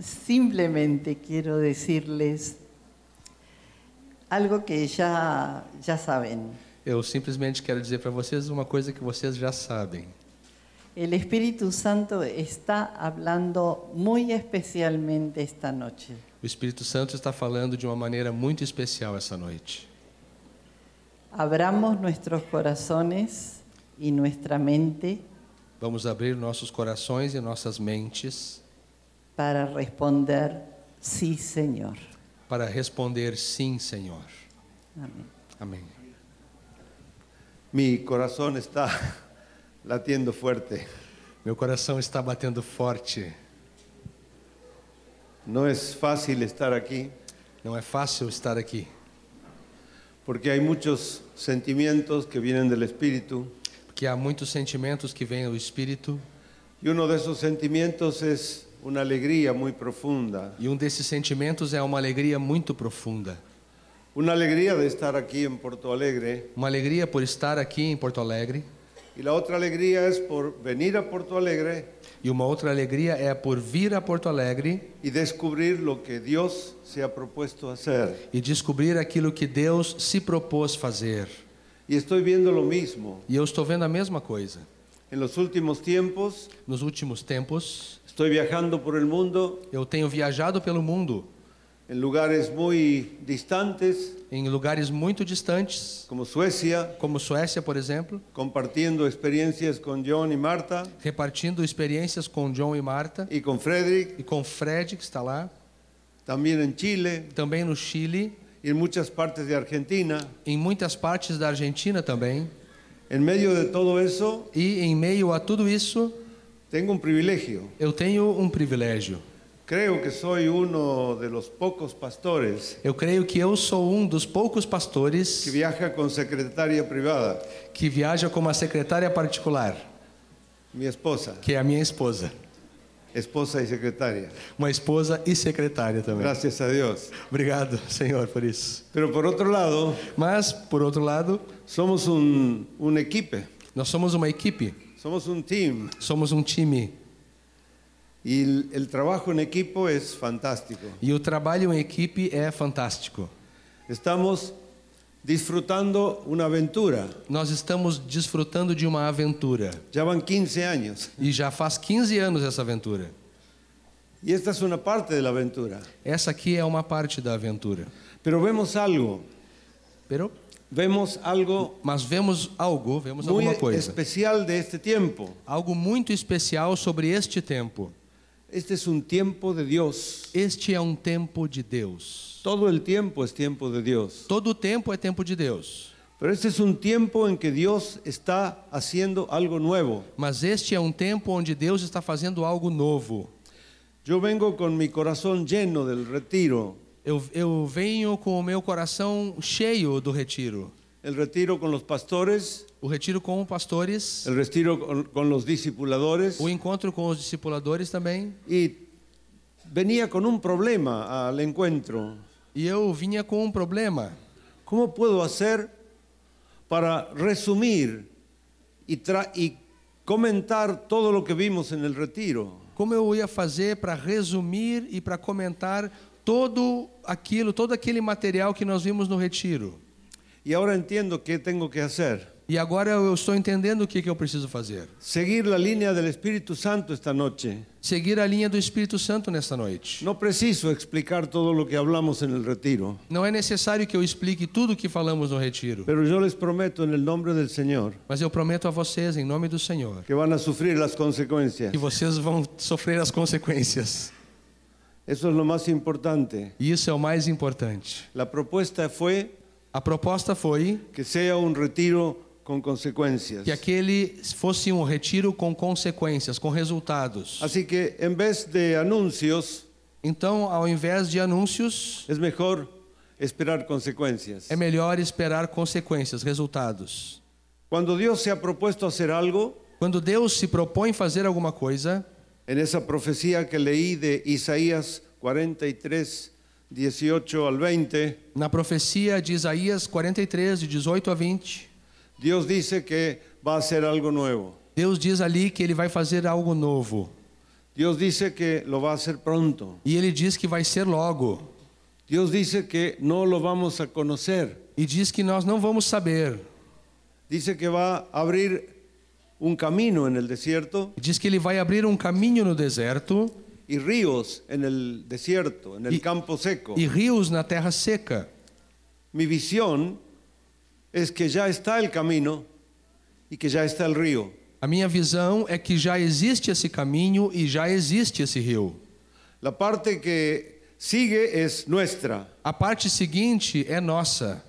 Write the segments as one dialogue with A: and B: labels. A: Simplemente quiero decirles algo que ya, ya saben.
B: Eu simplesmente quero dizer para vocês uma coisa que vocês já sabem.
A: El Espíritu Santo está hablando muy especialmente esta noche.
B: O Espírito Santo está falando de uma maneira muito especial essa noite.
A: Abramos nuestros corazones y nuestra mente
B: Vamos abrir nossos corações e nossas mentes
A: para responder, sí Señor.
B: para responder sim, Senhor.
A: Amén.
B: Amém.
C: Mi corazón está latiendo fuerte.
B: Meu coração está batendo forte.
C: No es fácil estar aquí
B: Não é fácil estar aqui,
C: porque hay muchos sentimientos que vienen del espíritu
B: porque há muitos sentimentos que vêm ao espírito
C: y uno de esos sentimientos es una alegría muy profunda,
B: e um desses sentimentos é uma alegria muito profunda.
C: una alegría de estar aquí en Porto Alegre
B: Uma alegria por estar aqui em Porto Alegre
C: y la otra alegría es por venir a Porto Alegre
B: e uma outra alegria é por vir a Porto Alegre
C: y descubrir lo que Dios se ha propuesto hacer.
B: e descobrir aquilo que Deus se propôs fazer.
C: Y estoy viendo lo mismo.
B: E eu estou vendo a mesma coisa.
C: En los últimos tiempos
B: Nos últimos tempos,
C: estoy viajando por el mundo
B: eu tenho viajado pelo mundo
C: en lugares muy distantes
B: em lugares muito distantes,
C: como Suecia,
B: como Suécia, por exemplo,
C: compartiendo experiencias con John y Marta
B: repartindo experiências com John e Marta
C: y con Frederick,
B: e com Fred que está lá,
C: también en Chile
B: também no Chile,
C: y en muchas partes de Argentina.
B: em muitas partes da Argentina também.
C: En medio de todo eso,
B: E em meio a tudo isso,
C: tengo un privilegio.
B: eu tenho um privilégio.
C: Creo que soy uno de los pocos pastores
B: Eu creio que eu sou um dos poucos
C: que
B: pastores
C: viaja con secretaria privada,
B: que viaja com uma secretária particular,
C: mi esposa,
B: que é a minha esposa.
C: esposa y secretaria.
B: Uma esposa e secretária também.
C: Gracias a Dios.
B: Obrigado, Senhor, por isso.
C: Pero por otro lado,
B: Mas, por outro lado,
C: somos un, un equipo,
B: nós somos uma equipe,
C: somos un team
B: somos um time.
C: y el- el trabajo en equipo es fantástico.
B: E o trabalho em equipe é fantástico.
C: Estamos disfrutando una aventura.
B: Nós estamos desfrutando de uma aventura.
C: Ya van 15 años.
B: E já faz 15 anos essa aventura.
C: Y esta es una parte de la aventura.
B: Essa aqui é uma parte da aventura.
C: Pero vemos algo,
B: Pero,
C: vemos algo
B: mas vemos algo, vemos
C: muy
B: alguma coisa.
C: especial de este tiempo.
B: Algo muito especial sobre este tempo.
C: Este es un tiempo de Dios.
B: Este é um tempo de Deus.
C: Todo el tiempo es tiempo de Dios.
B: Todo tempo é tempo de Deus.
C: Pero este es un tiempo en que Dios está haciendo algo nuevo.
B: Mas este é um tempo onde Deus está fazendo algo novo.
C: Yo vengo con mi corazón lleno del retiro,
B: Eu, eu venho com o meu coração cheio do retiro.
C: el retiro con los pastores,
B: O retiro com pastores,
C: el retiro con, con los discipuladores.
B: o encontro com os discipuladores também.
C: Y venía con un problema al encuentro.
B: E eu vinha com um problema.
C: ¿Cómo puedo hacer para resumir y, tra- y comentar todo lo que vimos en el retiro?
B: Como eu ia fazer para resumir e para comentar todo aquilo, todo aquele material que nós vimos no retiro?
C: Y ahora entiendo qué tengo que hacer.
B: E agora eu estou entendendo o que, que eu preciso fazer.
C: Seguir la línea del Espíritu Santo esta noche.
B: Seguir a linha do Espírito Santo nesta noite.
C: No preciso explicar todo lo que hablamos en el retiro,
B: Não é necessário que eu explique tudo o que falamos no retiro,
C: pero yo les prometo en el nombre del Señor
B: mas eu prometo a vocês, em nome do Senhor,
C: que van a sufrir las consecuencias.
B: que vocês vão sofrer as consequências.
C: Eso es lo más importante.
B: E isso é o mais importante.
C: La propuesta fue
B: A proposta foi
C: que sea un retiro con consecuencias.
B: que aquele fosse um retiro com consequências, com resultados.
C: Así que en vez de anuncios,
B: Então, ao invés de anúncios,
C: es mejor esperar consecuencias.
B: é melhor esperar consequências, resultados.
C: Cuando Dios se ha propuesto hacer algo,
B: Quando Deus se propõe fazer alguma coisa,
C: en esa profecía que leí de Isaías 43, 18 al 20,
B: na profecia de Isaías 43, de 18 a 20,
C: Dios dice que va a hacer algo nuevo.
B: Deus diz ali que ele vai fazer algo novo.
C: Dios dice que lo va a hacer pronto.
B: E ele diz que vai ser logo.
C: Dios dice que no lo vamos a conocer.
B: E diz que nós não vamos saber.
C: Dice que va a abrir un camino en el desierto
B: Diz que ele vai abrir um caminho no deserto
C: y ríos en el desierto, en el
B: Y-
C: campo seco.
B: e rios na terra seca.
C: Mi visión es que ya está el camino y que ya está el río.
B: A minha visão é que já existe esse caminho e já existe esse rio.
C: La parte que sigue es nuestra.
B: A parte seguinte é nossa.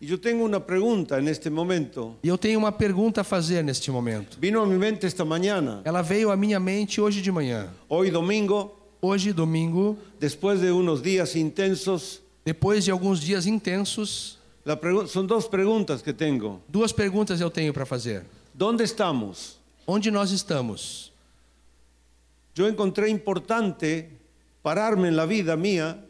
C: Y yo tengo una pregunta en este momento.
B: E eu tenho uma pergunta a fazer neste momento.
C: Vino a mi mente esta mañana,
B: Ela veio à minha mente hoje de manhã.
C: hoy domingo,
B: Hoje, domingo,
C: después de unos días intensos.
B: depois de alguns dias intensos,
C: La pregu- son dos preguntas que tengo.
B: duas perguntas eu tenho para fazer.
C: ¿Dónde estamos?
B: Onde nós estamos?
C: Yo encontré importante pararme en la vida mía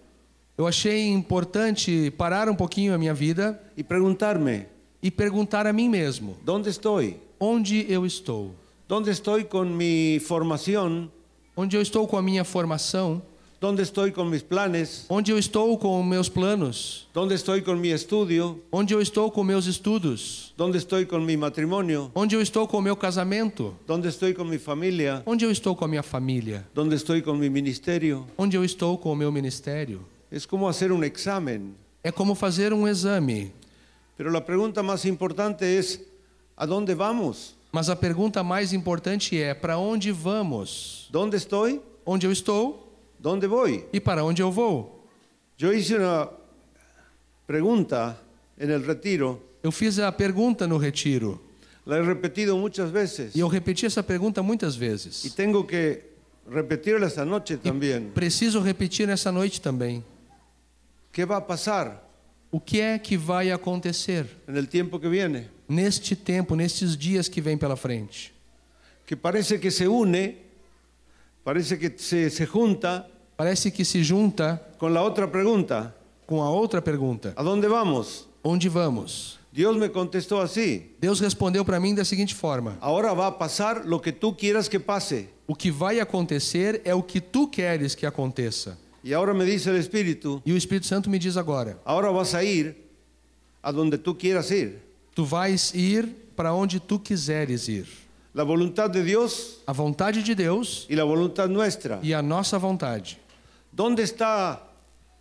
B: Eu achei importante parar um pouquinho a minha vida
C: y preguntarme,
B: e perguntar a mim mesmo:
C: ¿dónde estoy?
B: onde eu estou?
C: ¿Dónde estoy con mi formación?
B: Onde eu estou com a minha formação?
C: ¿Dónde estoy con mis planes?
B: Onde eu estou com meus planos?
C: ¿Dónde estoy con mi estudio?
B: Onde eu estou com meus estudos?
C: ¿Dónde estoy con mi matrimonio?
B: Onde eu estou com o meu casamento?
C: ¿Dónde estoy con mi familia?
B: Onde eu estou com a minha família?
C: ¿Dónde estoy con mi ministerio?
B: Onde eu estou com o meu ministério?
C: Es como hacer un examen.
B: É como fazer um exame,
C: Pero la pregunta más importante es, ¿a dónde vamos?
B: mas a pergunta mais importante é: para onde vamos?
C: ¿Dónde estoy?
B: Onde eu estou
C: ¿Dónde voy?
B: e para onde eu vou?
C: Yo hice una pregunta en el retiro,
B: Eu fiz a pergunta no retiro
C: la he repetido muchas veces
B: e eu repeti essa pergunta muitas
C: y
B: vezes.
C: tengo que repetirla esta noche también.
B: Preciso repetir nessa noite também.
C: ¿Qué va a pasar
B: O que é que vai acontecer
C: en el tiempo que viene?
B: neste tempo, nestes dias que vêm pela frente?
C: Que parece que se une, parece que se, se junta
B: Parece que se junta
C: con la otra pregunta.
B: com a outra pergunta:
C: ¿A dónde vamos?
B: onde vamos?
C: Dios me contestó así.
B: Deus respondeu para mim da seguinte forma:
C: Ahora va a pasar lo que tú quieras que pase.
B: O que vai acontecer é o que tu queres que aconteça.
C: Y ahora me dice el Espíritu,
B: E o Espírito Santo me diz agora:
C: ahora vas a ir a donde tú quieras ir.
B: Tu vais ir para onde tu quiseres ir.
C: La voluntad de Dios
B: A vontade de Deus
C: y la voluntad nuestra.
B: e a nossa vontade.
C: ¿Dónde está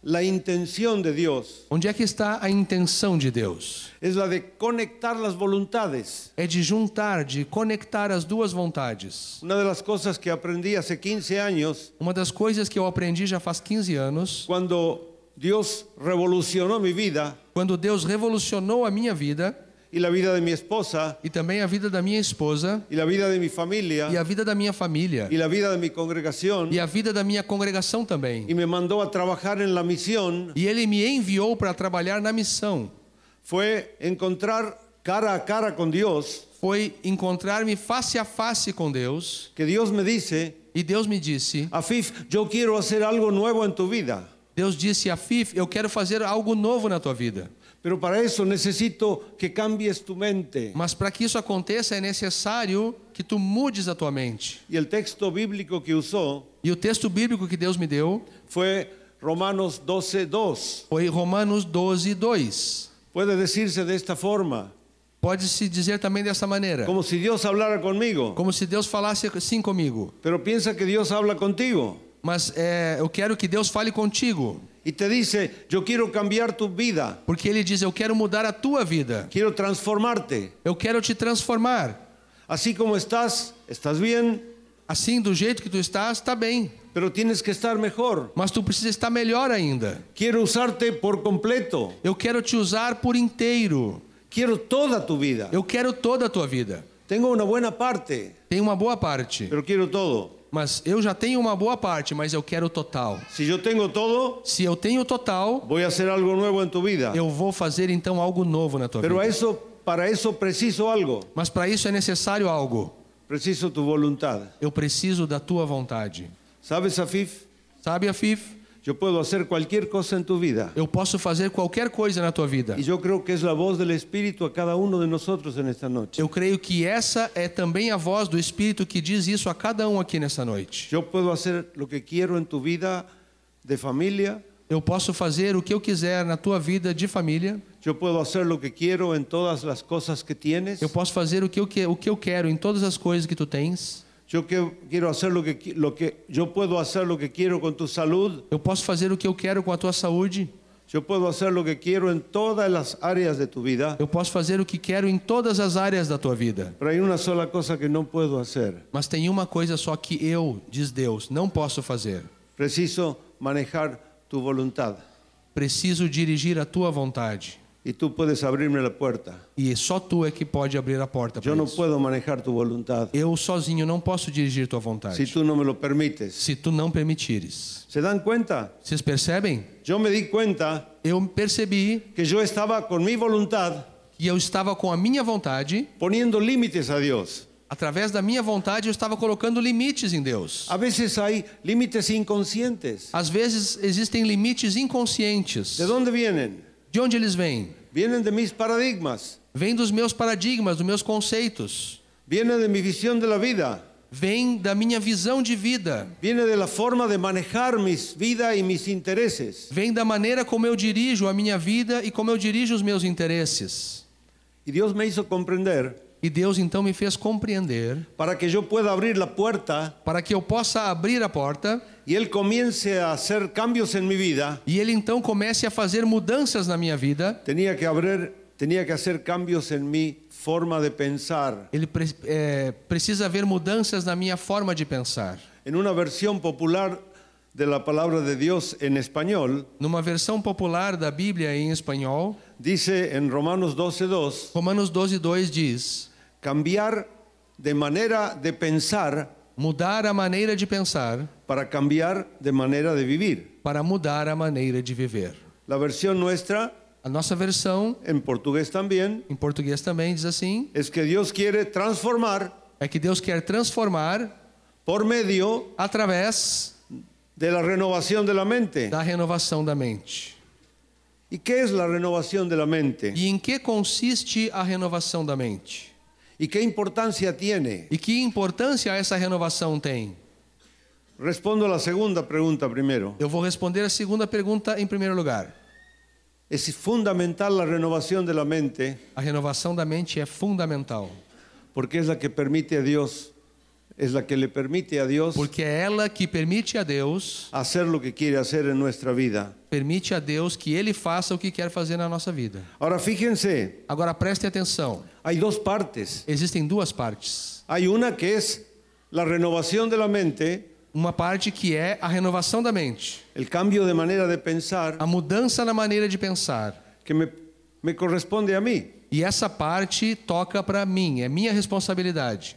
C: la intención de Dios?
B: Onde é que está a intenção de Deus?
C: Es la de conectar las voluntades.
B: É de juntar, de conectar as duas vontades.
C: Una de las cosas que aprendí hace 15 años,
B: Uma das coisas que eu aprendi já faz 15 anos,
C: cuando Dios revolucionó mi vida
B: quando Deus revolucionou a minha vida
C: y la vida de mi esposa
B: e também a vida da minha esposa
C: y la vida de mi
B: e
C: familia
B: a vida da minha família
C: y la vida de mi congregación,
B: e a vida da minha congregação também.
C: y me mandó a trabajar en la misión,
B: E ele me enviou para trabalhar na missão.
C: fue encontrar cara a cara con Dios,
B: Foi encontrar-me face a face com Deus
C: que Dios me dice,
B: e Deus me disse:
C: Afif, yo quiero hacer algo nuevo en tu vida.
B: Deus disse a Fif, eu quero fazer algo novo na tua vida.
C: Pero para eso necesito que cambies tu mente.
B: Mas para que isso aconteça é necessário que tu mudes a tua mente.
C: Y el texto bíblico que usó
B: E o texto bíblico que Deus me deu
C: fue Romanos 12:2.
B: foi Romanos 12, 2.
C: Puede decirse de esta forma,
B: Pode-se dizer também dessa maneira,
C: como si Dios hablara conmigo,
B: como se Deus falasse assim comigo.
C: pero piensa que Dios habla contigo
B: Mas é, eu quero que Deus fale contigo,
C: y te dice, "Yo quiero cambiar tu vida,
B: porque Ele diz: Eu quero mudar a tua vida,
C: quiero transformarte.
B: eu quero te transformar.
C: Así como estás, estás bien,
B: Assim, do jeito que tu estás, está bem,
C: pero tienes que estar mejor.
B: mas tu precisa estar melhor ainda.
C: Quiero usarte por completo.
B: Eu quero te usar por inteiro,
C: Quiero toda tu vida.
B: eu quero toda a tua vida.
C: Tengo una buena parte,
B: Tem uma boa parte,
C: pero quiero todo.
B: mas eu já tenho uma boa parte, mas eu quero o total.
C: Si yo tengo todo,
B: Se eu tenho o total,
C: Voy a hacer algo nuevo en tu vida.
B: eu vou fazer então algo novo na tua
C: Pero é a
B: vida.
C: eso, para eso preciso algo.
B: Mas para isso é necessário algo.
C: Preciso tu voluntad.
B: Eu preciso da tua vontade.
C: ¿Sabes, Afif?
B: Sabe, Afif?
C: Yo puedo hacer cualquier cosa en tu vida.
B: Eu posso fazer qualquer coisa na tua vida.
C: Y yo creo que es la voz del Espíritu a cada uno de nosotros en esta noche.
B: Eu creio que essa é também a voz do Espírito que diz isso a cada um aqui nessa noite.
C: Yo puedo hacer lo que quiero en tu vida de familia.
B: Eu posso fazer o que eu quiser na tua vida de família.
C: Yo puedo hacer lo que quiero en todas las cosas que tienes.
B: Eu posso fazer o que eu, que, o que eu quero em todas as coisas que tu tens.
C: Yo que- quiero hacer lo que, qui- lo que yo puedo hacer lo que quiero con tu salud.
B: Eu posso fazer o que eu quero com a tua saúde.
C: Yo puedo hacer lo que quiero en todas las áreas de tu vida.
B: Eu posso fazer o que quero em todas as áreas da tua vida.
C: Pero hay una sola cosa que no puedo hacer.
B: Mas tem uma coisa só que eu, diz Deus, não posso fazer.
C: Preciso manejar tu voluntad.
B: Preciso dirigir a tua vontade.
C: Y tú puedes abrirme la puerta.
B: E só tu é que pode abrir a porta para
C: Yo no
B: isso.
C: puedo manejar tu voluntad
B: Eu sozinho não posso dirigir tua vontade.
C: si tú no me lo permites.
B: se tu não permitires.
C: ¿Se dan cuenta?
B: Vocês percebem?
C: Yo me di cuenta
B: Eu percebi
C: que yo estaba con mi voluntad
B: que eu estava com a minha vontade,
C: poniendo límites a Dios.
B: através da minha vontade eu estava colocando limites em Deus.
C: A veces hay límites inconscientes.
B: Às vezes existem limites inconscientes.
C: ¿De dónde vienen?
B: De onde eles vêm?
C: Vienen de mis paradigmas,
B: Vêm dos meus paradigmas, dos meus conceitos.
C: vienen de mi visión de la vida,
B: Vêm da minha visão de vida.
C: viene de la forma de manejar mis vida y mis intereses.
B: Vem da maneira como eu dirijo a minha vida e como eu dirijo os meus interesses.
C: Y Dios me hizo comprender
B: E Deus então me fez compreender
C: para que yo pueda abrir la puerta
B: para que eu possa abrir a porta
C: y Él comience a hacer cambios en mi vida.
B: e ele então comece a fazer mudanças na minha vida.
C: Tenía que, abrir, tenía que hacer cambios en mi forma de pensar.
B: Ele pre eh, precisa haver mudanças na minha forma de pensar.
C: En una versión popular de la palabra de Dios en español,
B: Numa versão popular da Bíblia em espanhol,
C: dice en Romanos 12:2,
B: Romanos 12, 2 diz:
C: cambiar de manera de pensar
B: mudar a maneira de pensar
C: para cambiar de manera de vivir.
B: para mudar a maneira de viver.
C: La versión nuestra,
B: A nossa versão,
C: en português también,
B: em português também, diz assim:
C: es que Dios quiere transformar
B: é que Deus quer transformar
C: por medio
B: através
C: de la renovación de la mente.
B: da renovação da mente.
C: ¿Y qué es la renovación de la mente?
B: E em que consiste a renovação da mente?
C: ¿Y qué importancia tiene?
B: E que importância essa renovação tem?
C: Respondo a la segunda pregunta primero.
B: Eu vou responder a segunda pergunta em primeiro lugar.
C: Es fundamental la renovación de la mente
B: A renovação da mente é fundamental,
C: porque es la que permite a Dios, es la que le permite a Dios
B: porque é ela que permite a Deus,
C: hacer lo que quiere hacer en nuestra vida.
B: permite a Deus que ele faça o que quer fazer na nossa vida.
C: Ahora fíjense,
B: Agora prestem atenção.
C: hay dos partes.
B: Existem duas partes.
C: Hay una que es la renovación de la mente,
B: Uma parte que é a renovação da mente,
C: el cambio de manera de pensar,
B: a mudança na maneira de pensar.
C: que me, me corresponde a mí.
B: E essa parte toca para mim, é minha responsabilidade.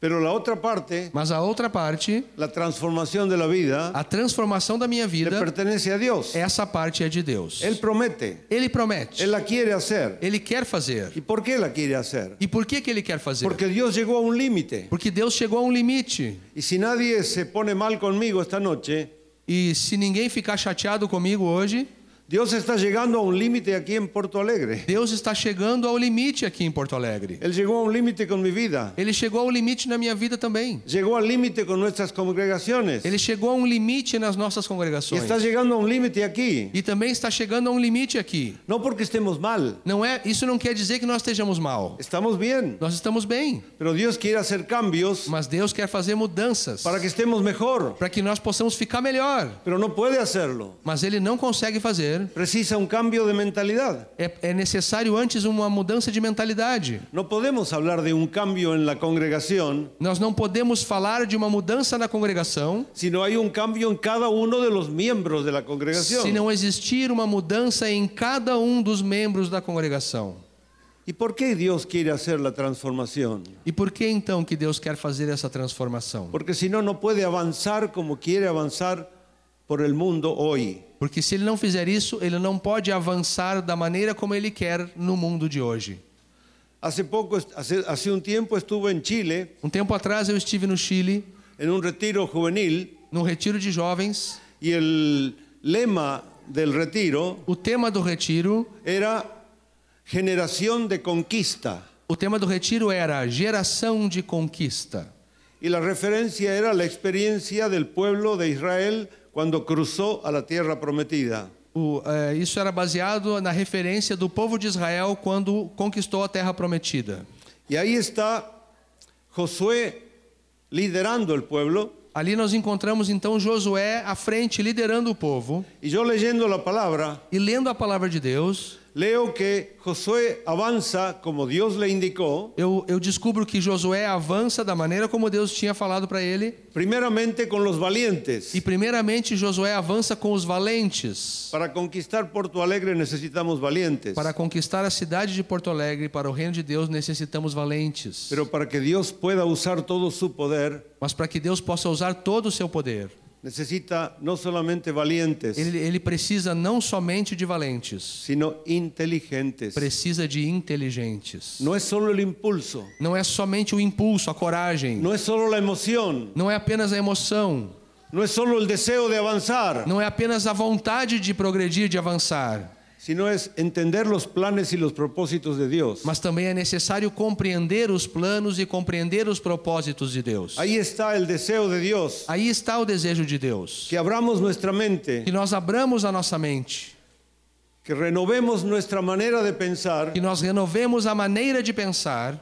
C: Pero la otra parte,
B: Mas a outra parte,
C: la transformación de la vida,
B: a transformação da minha
C: le
B: vida,
C: pertenece a Dios.
B: essa parte é de Deus.
C: Él promete,
B: Ele promete,
C: Él la quiere hacer.
B: ele quer fazer.
C: ¿Y por qué la quiere hacer?
B: E por que que ele quer fazer?
C: Porque Dios llegó a un límite.
B: Porque Deus chegou a um limite.
C: Y si nadie se pone mal conmigo esta noche,
B: E se ninguém ficar chateado comigo hoje,
C: Dios está llegando a un límite aquí en Porto Alegre.
B: Deus está chegando ao limite aqui em Porto Alegre.
C: Él llegó a un límite con mi vida.
B: Ele chegou ao limite na minha vida também.
C: Llegó al límite con nuestras congregaciones.
B: Ele chegou a um limite nas nossas
C: Y
B: congregações.
C: está llegando a un límite aquí.
B: E também está chegando a um limite aqui.
C: No porque estemos mal,
B: Não é, isso não quer dizer que nós estejamos mal.
C: estamos bien,
B: Nós estamos bem,
C: pero Dios quiere hacer cambios
B: mas Deus quer fazer mudanças
C: para que estemos mejor,
B: para que nós possamos ficar melhor.
C: pero no puede hacerlo.
B: Mas ele não consegue fazer.
C: Precisa un cambio de mentalidad.
B: É, é necessário antes uma mudança de mentalidade.
C: No podemos hablar de un cambio en la congregación
B: Nós não podemos falar de uma mudança na congregação
C: si no hay un cambio en cada uno de los miembros de la
B: se
C: congregación.
B: não existir uma mudança em cada um dos membros da congregação.
C: ¿Y por qué Dios quiere hacer la transformación?
B: E por que então que Deus quer fazer essa transformação?
C: Porque si no, no puede avanzar como quiere avanzar por el mundo hoy.
B: Porque se ele não fizer isso, ele não pode avançar da maneira como ele quer no mundo de hoje.
C: Hace poco, hace, hace un tiempo estuve en Chile
B: Um tempo atrás eu estive no Chile,
C: en un retiro juvenil
B: num retiro de jovens,
C: y el lema del retiro
B: O tema do retiro,
C: era generación de conquista
B: o tema do retiro era geração de conquista.
C: y la referencia era la experiencia del pueblo de Israel cuando cruzó a la tierra prometida.
B: O, eh, isso era baseado na referência do povo de Israel quando conquistou a terra prometida.
C: Y ahí está Josué liderando el pueblo
B: Ali nós encontramos então Josué à frente, liderando o povo.
C: y yo leyendo la palabra
B: E lendo a palavra de Deus,
C: leo que Josué avanza como Dios le indicó,
B: eu, eu descubro que Josué avança da maneira como Deus tinha falado para ele.
C: primeramente con los valientes.
B: E primeiramente Josué avança com os valentes.
C: Para conquistar Porto Alegre necesitamos valientes,
B: Para conquistar a cidade de Porto Alegre, para o reino de Deus, necessitamos valentes.
C: pero para que Dios pueda usar todo su poder,
B: Mas para que Deus possa usar todo o seu poder,
C: necesita no solamente valientes,
B: ele, ele precisa não somente de valentes,
C: sino inteligentes.
B: precisa de inteligentes.
C: No es solo el impulso,
B: Não é somente o impulso, a coragem,
C: no es solo la emoción,
B: não é apenas a emoção,
C: no es solo el deseo de avanzar,
B: não é apenas a vontade de progredir, de avançar.
C: sino es entender los planes y los propósitos de Dios.
B: Mas também é necessário compreender os planos e compreender os propósitos de Deus.
C: Ahí está el deseo de Dios,
B: Aí está o desejo de Deus.
C: que abramos nuestra mente,
B: Que nós abramos a nossa mente,
C: que renovemos nuestra manera de pensar
B: que nós renovemos a maneira de pensar,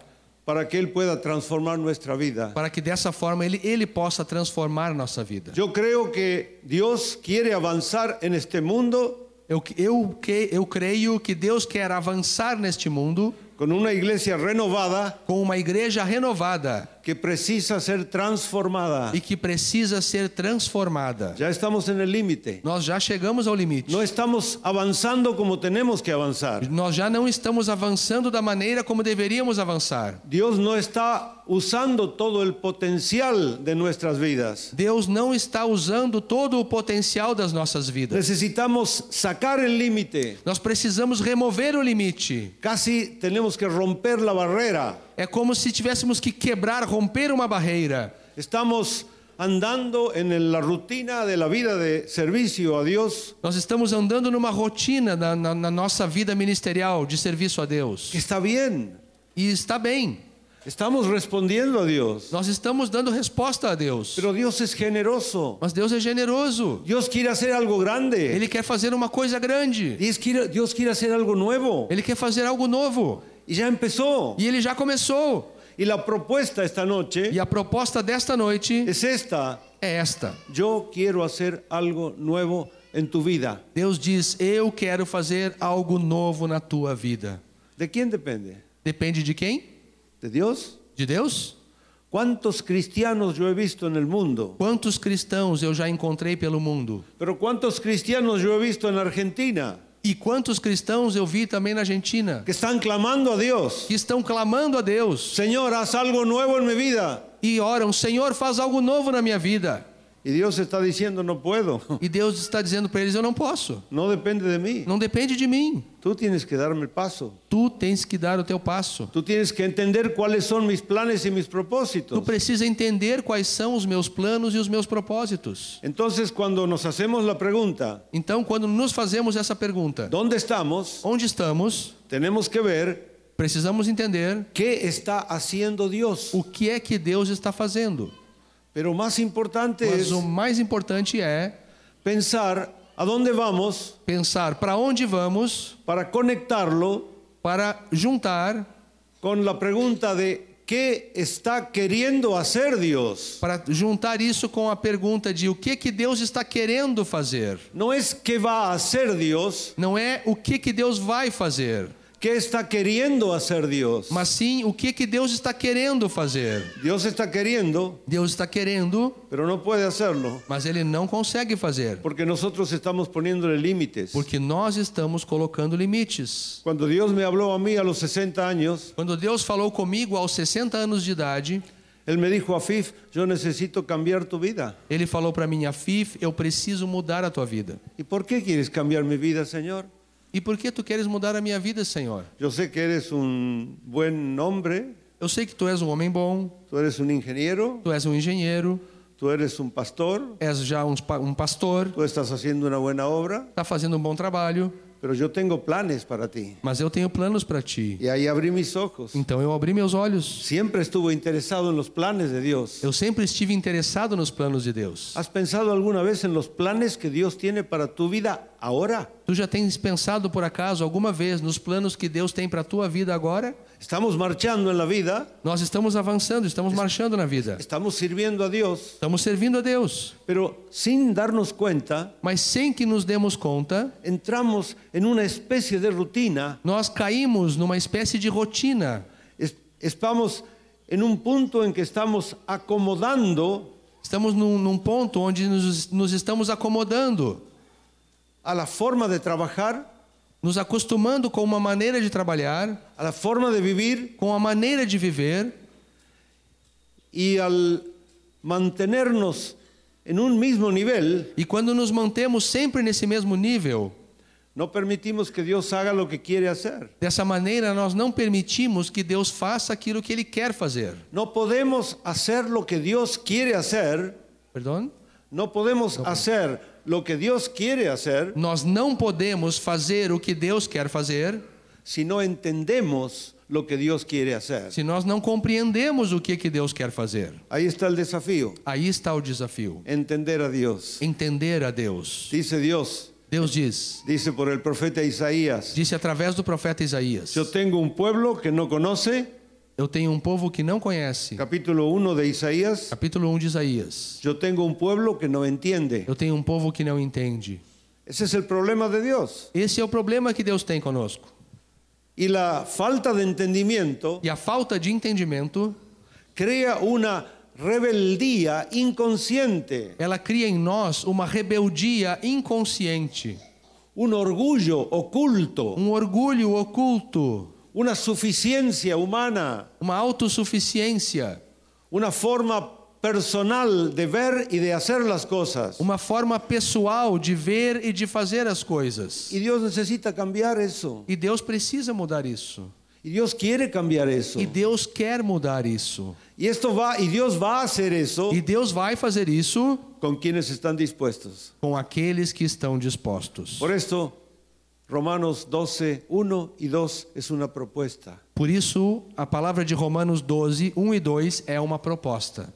C: para que Él pueda transformar nuestra vida.
B: para que dessa forma ele, ele possa transformar nossa vida.
C: Yo creo que Dios quiere avanzar en este mundo
B: Eu, eu, que- eu creio que Deus quer avançar neste mundo
C: con una iglesia renovada
B: com uma igreja renovada
C: que precisa ser transformada.
B: e que precisa ser transformada.
C: Ya estamos en el límite.
B: Nós já chegamos ao limite.
C: No estamos avanzando como tenemos que avanzar.
B: Nós já não estamos avançando da maneira como deveríamos avançar.
C: Dios no está usando todo el potencial de nuestras vidas.
B: Deus não está usando todo o potencial das nossas vidas.
C: Necesitamos sacar el límite.
B: Nós precisamos remover o limite.
C: Casi tenemos que romper la barrera.
B: É como se tivéssemos que quebrar, romper uma barreira.
C: Estamos andando en la rutina de la vida de servicio a Dios
B: Nós estamos andando numa rotina na, na- na nossa vida ministerial de serviço a Deus.
C: que está bien.
B: E está bem.
C: Estamos respondiendo a Dios.
B: Nós estamos dando resposta a Deus.
C: Pero Dios es generoso.
B: Mas Deus é generoso.
C: Dios quiere hacer algo grande.
B: Ele quer fazer uma coisa grande.
C: Dios quiere, Dios quiere hacer algo nuevo.
B: Ele quer fazer algo novo.
C: Y ya empezó.
B: E ele já começou.
C: Y la propuesta esta noche
B: E a proposta desta noite
C: es esta.
B: é esta.
C: Yo quiero hacer algo nuevo en tu vida.
B: Deus diz: Eu quero fazer algo novo na tua vida.
C: ¿De quién depende?
B: Depende de quem?
C: ¿De Dios?
B: De Deus?
C: ¿Cuántos cristianos yo he visto en el mundo?
B: Quantos cristãos eu já encontrei pelo mundo?
C: Pero ¿cuántos cristianos yo he visto en Argentina
B: E quantos cristãos eu vi também na Argentina
C: que están clamando a Dios?
B: que estão clamando a Deus
C: Señor, haz algo nuevo en mi vida.
B: e oram: Senhor, faz algo novo na minha vida.
C: Y Dios está diciendo, no puedo.
B: E Deus está dizendo para eles: Eu não posso.
C: No depende de mí.
B: Não depende de mim.
C: Tú tienes que darme el paso.
B: Tu tens que dar o teu passo.
C: Tú tienes que entender cuáles son mis planes y mis
B: Tu
C: propósitos.
B: precisa entender quais são os meus planos e os meus propósitos.
C: Entonces, cuando nos hacemos la pregunta,
B: Então, quando nos fazemos essa pergunta,
C: ¿dónde estamos?
B: onde estamos?
C: Tenemos que ver
B: Precisamos entender
C: qué está haciendo Dios.
B: o que é que Deus está fazendo.
C: Pero más importante
B: Mas
C: es
B: o mais importante é
C: pensar a dónde vamos
B: pensar para onde vamos
C: para conectarlo
B: para juntar,
C: con la pregunta de qué está queriendo hacer Dios.
B: para juntar isso com a pergunta de o que que Deus está querendo fazer.
C: No es qué va a hacer Dios,
B: Não é o que que Deus vai fazer,
C: qué está queriendo hacer Dios.
B: mas sim o que que Deus está querendo fazer.
C: Dios está queriendo,
B: Deus está querendo,
C: pero no puede hacerlo.
B: mas ele não consegue fazer,
C: Porque nosotros estamos poniéndole límites.
B: porque nós estamos colocando limites.
C: Cuando Dios me habló a mí a los 60 años,
B: Quando Deus falou comigo aos 60 anos de idade,
C: Él me dijo, Afif, yo necesito cambiar tu vida.
B: Ele falou para mim, Afif, eu preciso mudar a tua vida.
C: ¿Y por qué quieres cambiar mi vida, Señor?
B: E por que tu queres mudar a minha vida, Senhor?
C: Yo sé que eres un buen hombre,
B: Eu sei que tu és um homem bom,
C: tú eres un ingeniero,
B: tu és um engenheiro,
C: Tú eres un pastor,
B: és já um, pa- um pastor,
C: tú estás haciendo una buena obra,
B: está fazendo um bom trabalho,
C: pero yo tengo planes para ti.
B: mas eu tenho planos para ti.
C: Y ahí abrí mis ojos.
B: Então eu abri meus olhos.
C: Siempre estuvo interesado en los planes de Dios.
B: Eu sempre estive interessado nos planos de Deus.
C: ¿Has pensado alguna vez en los planes que Dios tiene para tu vida ahora?
B: Tu já tens pensado por acaso alguma vez nos planos que Deus tem para a tua vida agora?
C: Estamos marchando en la vida,
B: Nós estamos avançando, estamos marchando na vida.
C: estamos sirviendo a Dios,
B: Estamos servindo a Deus,
C: pero sin darnos cuenta,
B: mas sem que nos demos conta,
C: entramos en una especie de rutina.
B: nós caímos numa espécie de rotina.
C: Es- estamos en un punto en que estamos acomodando
B: Estamos num, num ponto onde nos, nos estamos acomodando,
C: a la forma de trabajar,
B: nos acostumando com uma maneira de trabalhar,
C: a la forma de vivir
B: com a maneira de viver,
C: y al mantenernos en un mismo nivel,
B: e quando nos mantemos sempre nesse mesmo nível,
C: no permitimos que Dios haga lo que quiere hacer.
B: dessa maneira nós não permitimos que Deus faça aquilo que Ele quer fazer.
C: No podemos hacer lo que Dios quiere hacer,
B: Perdão?
C: no podemos hacer lo que Dios quiere hacer
B: Nós não podemos fazer o que Deus quer fazer
C: si no entendemos lo que Dios quiere hacer.
B: se nós não compreendemos o que, que Deus quer fazer.
C: Ahí está el desafío,
B: Aí está o desafio.
C: entender a Dios.
B: Entender a Deus.
C: Dice Dios,
B: Deus diz,
C: dice por el profeta Isaías,
B: disse através do profeta Isaías:
C: yo tengo un pueblo que no conoce,
B: Eu tenho um povo que não conhece.
C: capítulo 1 de Isaías,
B: Capítulo 1 de Isaías.
C: yo tengo un pueblo que no entiende.
B: Eu tenho um povo que não entende.
C: Ese es el problema de Dios.
B: Esse é o problema que Deus tem conosco.
C: Y la falta de entendimiento
B: E a falta de entendimento,
C: crea una rebeldía inconsciente,
B: ela cria em nós uma rebeldia inconsciente,
C: un orgullo oculto,
B: um orgulho oculto,
C: una suficiencia humana,
B: uma autossuficiência.
C: una forma personal de ver y de hacer las cosas.
B: uma forma pessoal de ver e de fazer as coisas.
C: Y Dios necesita cambiar eso.
B: E Deus precisa mudar isso.
C: Y Dios quiere cambiar eso.
B: E Deus quer mudar isso.
C: Y esto va y Dios va a hacer eso
B: E Deus vai fazer isso
C: con quienes están dispuestos.
B: com aqueles que estão dispostos.
C: Por esto Romanos 12, 1 y 2 es una propuesta.
B: Por isso, a palavra de Romanos 12, 1 e 2 é uma proposta.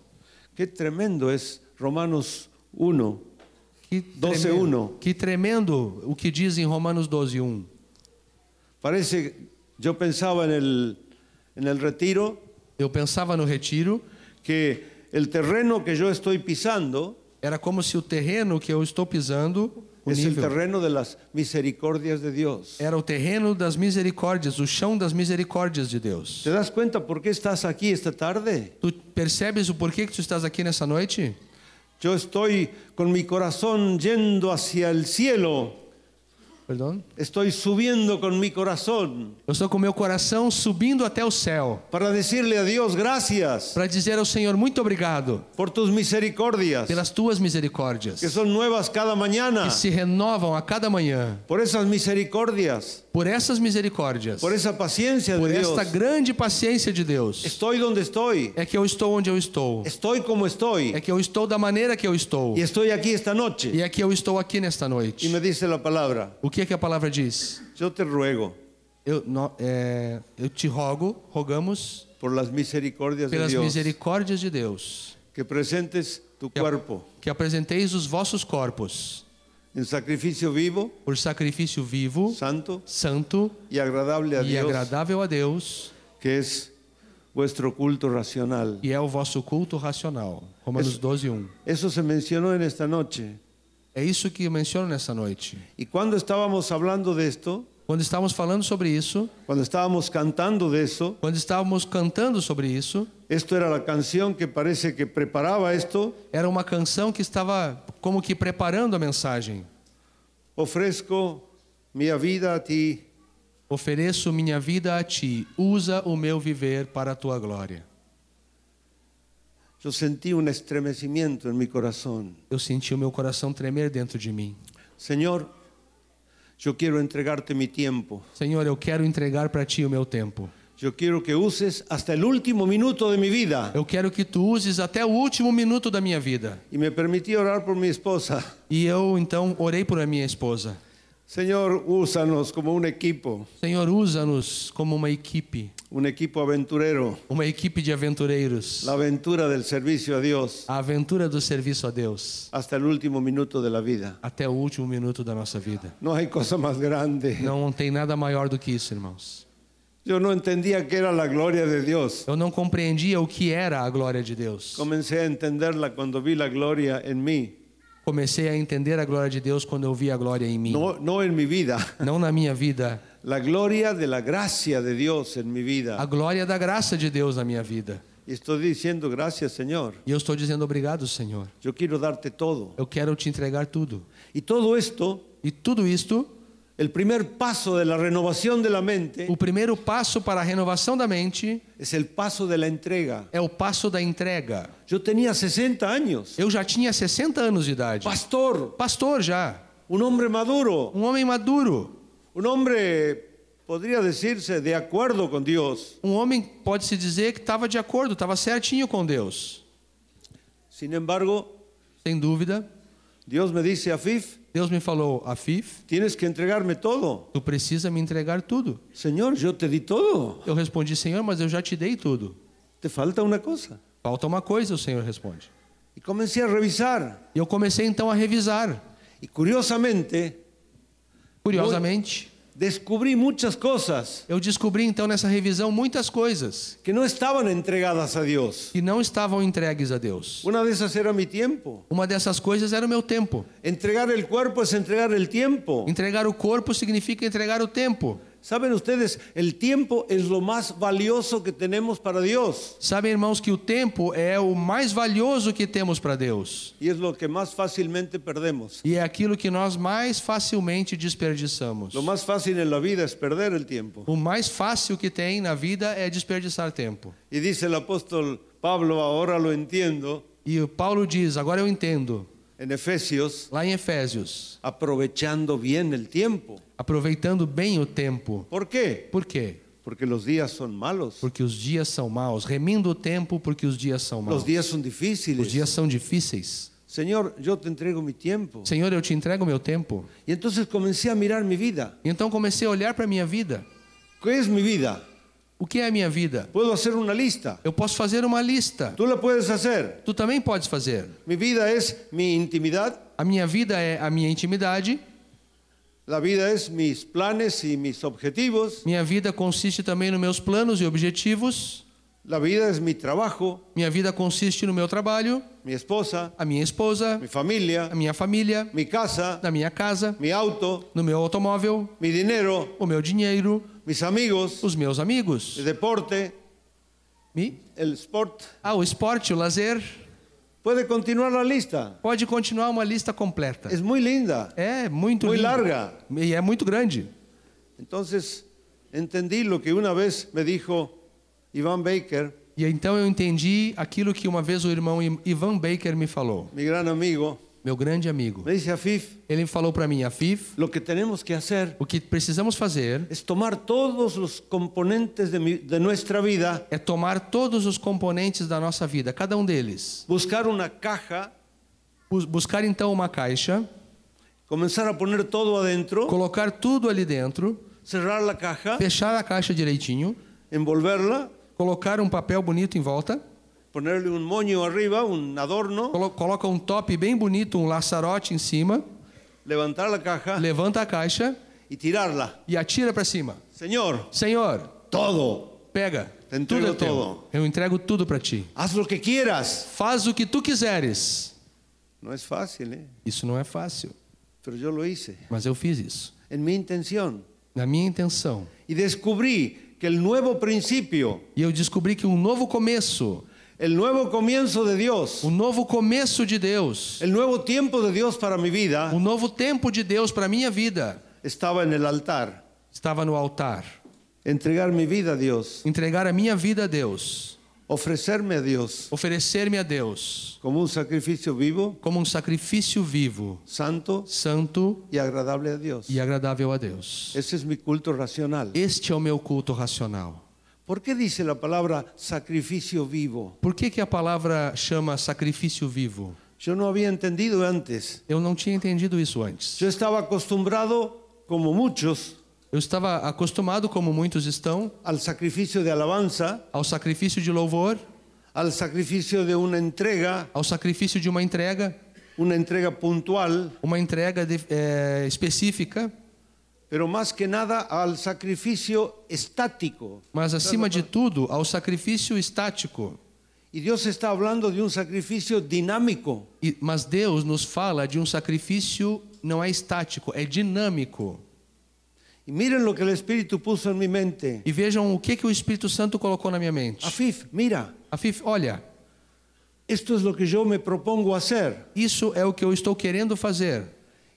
C: Qué tremendo es Romanos 1.
B: Que
C: 12,
B: tremendo,
C: 1.
B: que tremendo o que diz em Romanos 12, 1.
C: Parece, yo pensaba en el, en el retiro,
B: Eu pensava no retiro,
C: que el terreno que yo estoy pisando
B: era como se o terreno que eu estou pisando, o
C: es el
B: nível,
C: é terreno de las misericordias de Dios.
B: era o terreno das misericórdias, o chão das misericórdias de Deus.
C: ¿Te das cuenta por qué estás aquí esta tarde?
B: Tu percebes o porquê que tu estás aqui nessa noite?
C: Yo estoy con mi corazón yendo hacia el cielo.
B: Perdão?
C: Estoy subiendo con mi corazón
B: Eu estou com meu coração subindo até o céu
C: para decirle a Dios gracias
B: para dizer ao Senhor muito obrigado
C: por tus misericordias
B: pelas tuas misericórdias
C: que son nuevas cada mañana.
B: que se renovam a cada manhã.
C: Por esas misericordias,
B: Por essas misericórdias,
C: por esa paciencia
B: por
C: de Dios.
B: esta grande paciência de Deus,
C: Estoy donde estoy.
B: é que eu estou onde eu estou.
C: Estoy como estoy.
B: É que eu estou da maneira que eu estou.
C: Y estoy aquí esta noche.
B: E é que eu estou aqui nesta
C: Y
B: noite.
C: me dice la palabra,
B: O que é que a palavra diz?
C: yo te ruego
B: Eu, no- é, eu te rogo, rogamos,
C: por las misericordias de
B: pelas
C: Dios
B: misericórdias de Deus.
C: que presentes tu
B: que-
C: cuerpo
B: Que apresenteis os vossos corpos
C: en sacrificio vivo,
B: por sacrifício vivo,
C: santo
B: santo
C: y agradable a
B: e é
C: Dios,
B: agradável a Deus,
C: que es vuestro culto racional.
B: que é o vosso culto racional. Romanos 12, 1.
C: Eso se mencionó en esta noche.
B: É isso que eu menciono nessa noite.
C: Y cuando estábamos hablando de esto,
B: Quando estávamos falando sobre isso,
C: cuando estábamos cantando de eso,
B: quando estávamos cantando sobre isso,
C: esto era la canción que parece que preparaba esto,
B: era uma canção que estava como que preparando a mensagem.
C: ofrezco mi vida a ti,
B: Ofereço minha vida a ti, usa o meu viver para a tua glória.
C: Yo sentí un estremecimiento en mi corazón.
B: Eu senti o meu coração tremer dentro de mim.
C: Señor, yo quiero entregarte mi tiempo.
B: Senhor, eu quero entregar para ti o meu tempo.
C: yo quiero que uses hasta el último minuto de mi vida.
B: Eu quero que tu uses até o último minuto da minha vida.
C: Y me permití orar por mi esposa.
B: E eu então orei por a minha esposa.
C: Señor, úsanos como un equipo,
B: Senhor, usa-nos como uma equipe,
C: un equipo aventurero.
B: uma equipe de aventureiros.
C: La aventura del servicio a Dios
B: A aventura do serviço a Deus
C: hasta el último minuto de la vida.
B: até o último minuto da nossa vida.
C: No hay cosa más grande.
B: Não tem nada maior do que isso, irmãos.
C: Yo no entendía que era la gloria de Dios.
B: Eu não compreendia o que era a glória de Deus.
C: Comencé a entenderla cuando vi la gloria en mí,
B: Comecei a entender a glória de Deus quando eu vi a glória em mim.
C: no, no en mi vida.
B: Não na minha vida,
C: La gloria de la gracia de Dios en mi
B: a
C: vida.
B: glória da graça de Deus na minha vida.
C: Y estoy diciendo gracias, Señor.
B: E eu estou dizendo obrigado, Senhor.
C: Yo quiero darte todo.
B: Eu quero te entregar tudo.
C: Y todo esto,
B: E tudo isto,
C: el primer paso de la renovación de la mente,
B: o primeiro passo para a renovação da mente
C: es el paso de la entrega.
B: é o passo da entrega.
C: Yo tenía 60 años,
B: Eu já tinha 60 anos de idade.
C: pastor,
B: Pastor já,
C: un hombre maduro,
B: um homem maduro,
C: un hombre, podría decirse, de acuerdo con Dios.
B: um homem pode se dizer que estava de acordo, estava certinho com Deus.
C: Sin embargo,
B: Sem dúvida,
C: Dios me dice, Afif,
B: Deus me falou: "Afif,
C: tienes que entregarme todo.
B: tu precisa me entregar tudo".
C: Señor, yo te di todo.
B: Eu respondi: "Senhor, mas eu já te dei tudo.
C: Te falta una cosa.
B: Falta uma coisa", o Senhor responde.
C: Y comencé a revisar.
B: E eu comecei então a revisar.
C: Y curiosamente,
B: Curiosamente,
C: descubrí muchas cosas
B: eu descobri então nessa revisão muitas coisas
C: que no estaban entregadas a Dios.
B: que não estavam entregues a Deus.
C: Una de esas era mi tiempo.
B: Uma dessas coisas era o meu tempo.
C: Entregar el cuerpo es entregar el tiempo.
B: Entregar o corpo significa entregar o tempo.
C: Saben ustedes, el tiempo es lo más valioso que tenemos para Dios
B: Sabem, irmãos, que o tempo é o mais valioso que temos para Deus.
C: y es lo que más fácilmente perdemos.
B: E é aquilo que nós mais facilmente desperdiçamos.
C: Lo más fácil en la vida es perder el tiempo.
B: O mais fácil que tem na vida é desperdiçar tempo.
C: Y dice el apóstol Pablo, ahora lo entiendo,
B: E o Paulo diz: agora eu entendo,
C: en Efesios,
B: lá em Efésios,
C: aprovechando bien el tiempo.
B: aproveitando bem o tempo.
C: ¿Por qué?
B: Por quê?
C: Porque los días son malos.
B: Porque os dias são maus. Remindo o tempo porque os dias são maus.
C: Los días son
B: Os
C: difíciles.
B: dias são difíceis.
C: Señor, yo te entrego mi tiempo.
B: Senhor, eu te entrego o meu tempo.
C: Y entonces comencé a mirar mi vida.
B: Então comecei a olhar para a minha vida.
C: ¿Qué es mi vida?
B: O que é a minha vida?
C: Puedo hacer una lista.
B: Eu posso fazer uma lista.
C: Tú la puedes hacer.
B: Tu também podes fazer.
C: Mi vida es mi intimidad,
B: A minha vida é a minha intimidade.
C: la vida es mis planes y mis objetivos,
B: Minha vida consiste também nos meus planos e objetivos.
C: la vida es mi trabajo,
B: Minha vida consiste no meu trabalho,
C: mi esposa,
B: a minha esposa,
C: mi
B: a
C: familia,
B: minha família,
C: mi casa,
B: na minha casa,
C: mi auto,
B: no meu automóvel,
C: mi dinero,
B: o meu dinheiro,
C: mis amigos,
B: os meus amigos.
C: el deporte,
B: Me?
C: el sport.
B: Ah, o esporte, o lazer.
C: Puede continuar la lista.
B: Pode continuar uma lista completa.
C: Es muy linda.
B: É muito
C: Muito
B: lindo.
C: larga.
B: E é muito grande.
C: Entonces entendí lo que una vez me dijo Iván Baker,
B: E então eu entendi aquilo que uma vez o irmão Ivan Baker me falou,
C: mi gran amigo.
B: meu grande amigo.
C: Me dice Afif,
B: Ele falou para mim, Afif,
C: lo que tenemos que hacer
B: o que precisamos fazer
C: es tomar todos los componentes de, mi- de nuestra vida,
B: é tomar todos os componentes da nossa vida, cada um deles.
C: buscar una caja,
B: Bus- Buscar então uma caixa,
C: comenzar a poner todo adentro,
B: colocar tudo ali dentro,
C: cerrar la caja,
B: fechar a caixa direitinho,
C: envolverla,
B: colocar um papel bonito em volta,
C: ponerle un moño arriba, un adorno,
B: colo- coloca um top bem bonito, um laçarote em cima,
C: levantar la caja
B: levanta a caixa
C: y tirarla.
B: e atira para cima.
C: Señor,
B: Senhor,
C: todo,
B: pega.
C: Te entrego
B: tudo é teu.
C: todo.
B: Eu entrego tudo para ti.
C: haz lo que quieras.
B: Faz o que tu quiseres.
C: No es fácil, ¿eh?
B: Isso não é fácil,
C: pero yo lo hice,
B: mas eu fiz isso.
C: en mi intención.
B: Na minha intenção.
C: Y descobrí que el nuevo principio,
B: E eu descobri que um novo começo,
C: el nuevo comienzo de Dios,
B: um novo começo de Deus,
C: el nuevo tiempo de Dios para mi vida,
B: um novo tempo de Deus para minha vida
C: estaba en el altar.
B: estava no altar.
C: Entregar mi vida a Dios,
B: Entregar a minha vida a Deus,
C: ofrecerme a Dios
B: oferecer-me a Deus
C: como un sacrificio vivo,
B: como um sacrifício vivo,
C: santo
B: santo
C: y agradable a Dios.
B: e agradável a Deus.
C: Ese es mi culto racional.
B: Este é o meu culto racional.
C: ¿Por qué dice la palabra sacrificio vivo?
B: Por que, que a palavra chama sacrifício vivo?
C: Yo no había entendido antes.
B: Eu não tinha entendido isso antes.
C: Yo estaba acostumbrado, como muchos,
B: Eu estava acostumado, como muitos estão,
C: al sacrificio de alabanza,
B: ao sacrifício de louvor,
C: al sacrificio de una entrega,
B: ao sacrifício de uma entrega,
C: una entrega puntual,
B: uma entrega de- eh, específica,
C: pero más que nada al sacrificio estático.
B: mas acima de tudo ao sacrifício estático.
C: Y Dios está hablando de un sacrificio dinámico.
B: E- Mas Deus nos fala de um sacrifício não é estático, é dinâmico.
C: Y miren lo que el Espíritu puso en mi mente.
B: E vejam o que, que o Espírito Santo colocou na minha mente.
C: Afif, mira,
B: Afif, olha,
C: esto es lo que yo me propongo hacer.
B: isso é o que eu estou querendo fazer.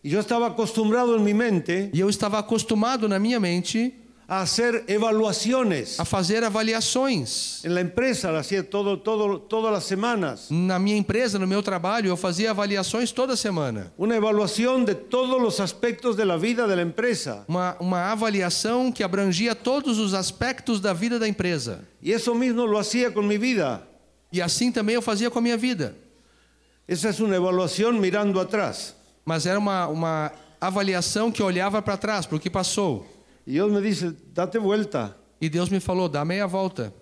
C: Y yo estaba acostumbrado en mi mente
B: E eu estava acostumado na minha mente
C: a hacer evaluaciones.
B: a fazer avaliaciones.
C: En la empresa la hacía todo, todo, todas las semanas.
B: Na minha empresa, no meu trabalho, eu fazia avaliações toda semana.
C: Una evaluación de todos los aspectos de la vida de la empresa.
B: Uma, uma avaliação que abrangia todos os aspectos da vida da empresa.
C: Y eso mismo lo hacía con mi vida.
B: E assim também eu fazia com a minha vida.
C: Esa es una evaluación mirando atrás.
B: Mas era uma, uma avaliação que olhava para trás, para o que passou.
C: Y Dios me dice, date vuelta.
B: E Deus me falou: dá meia volta.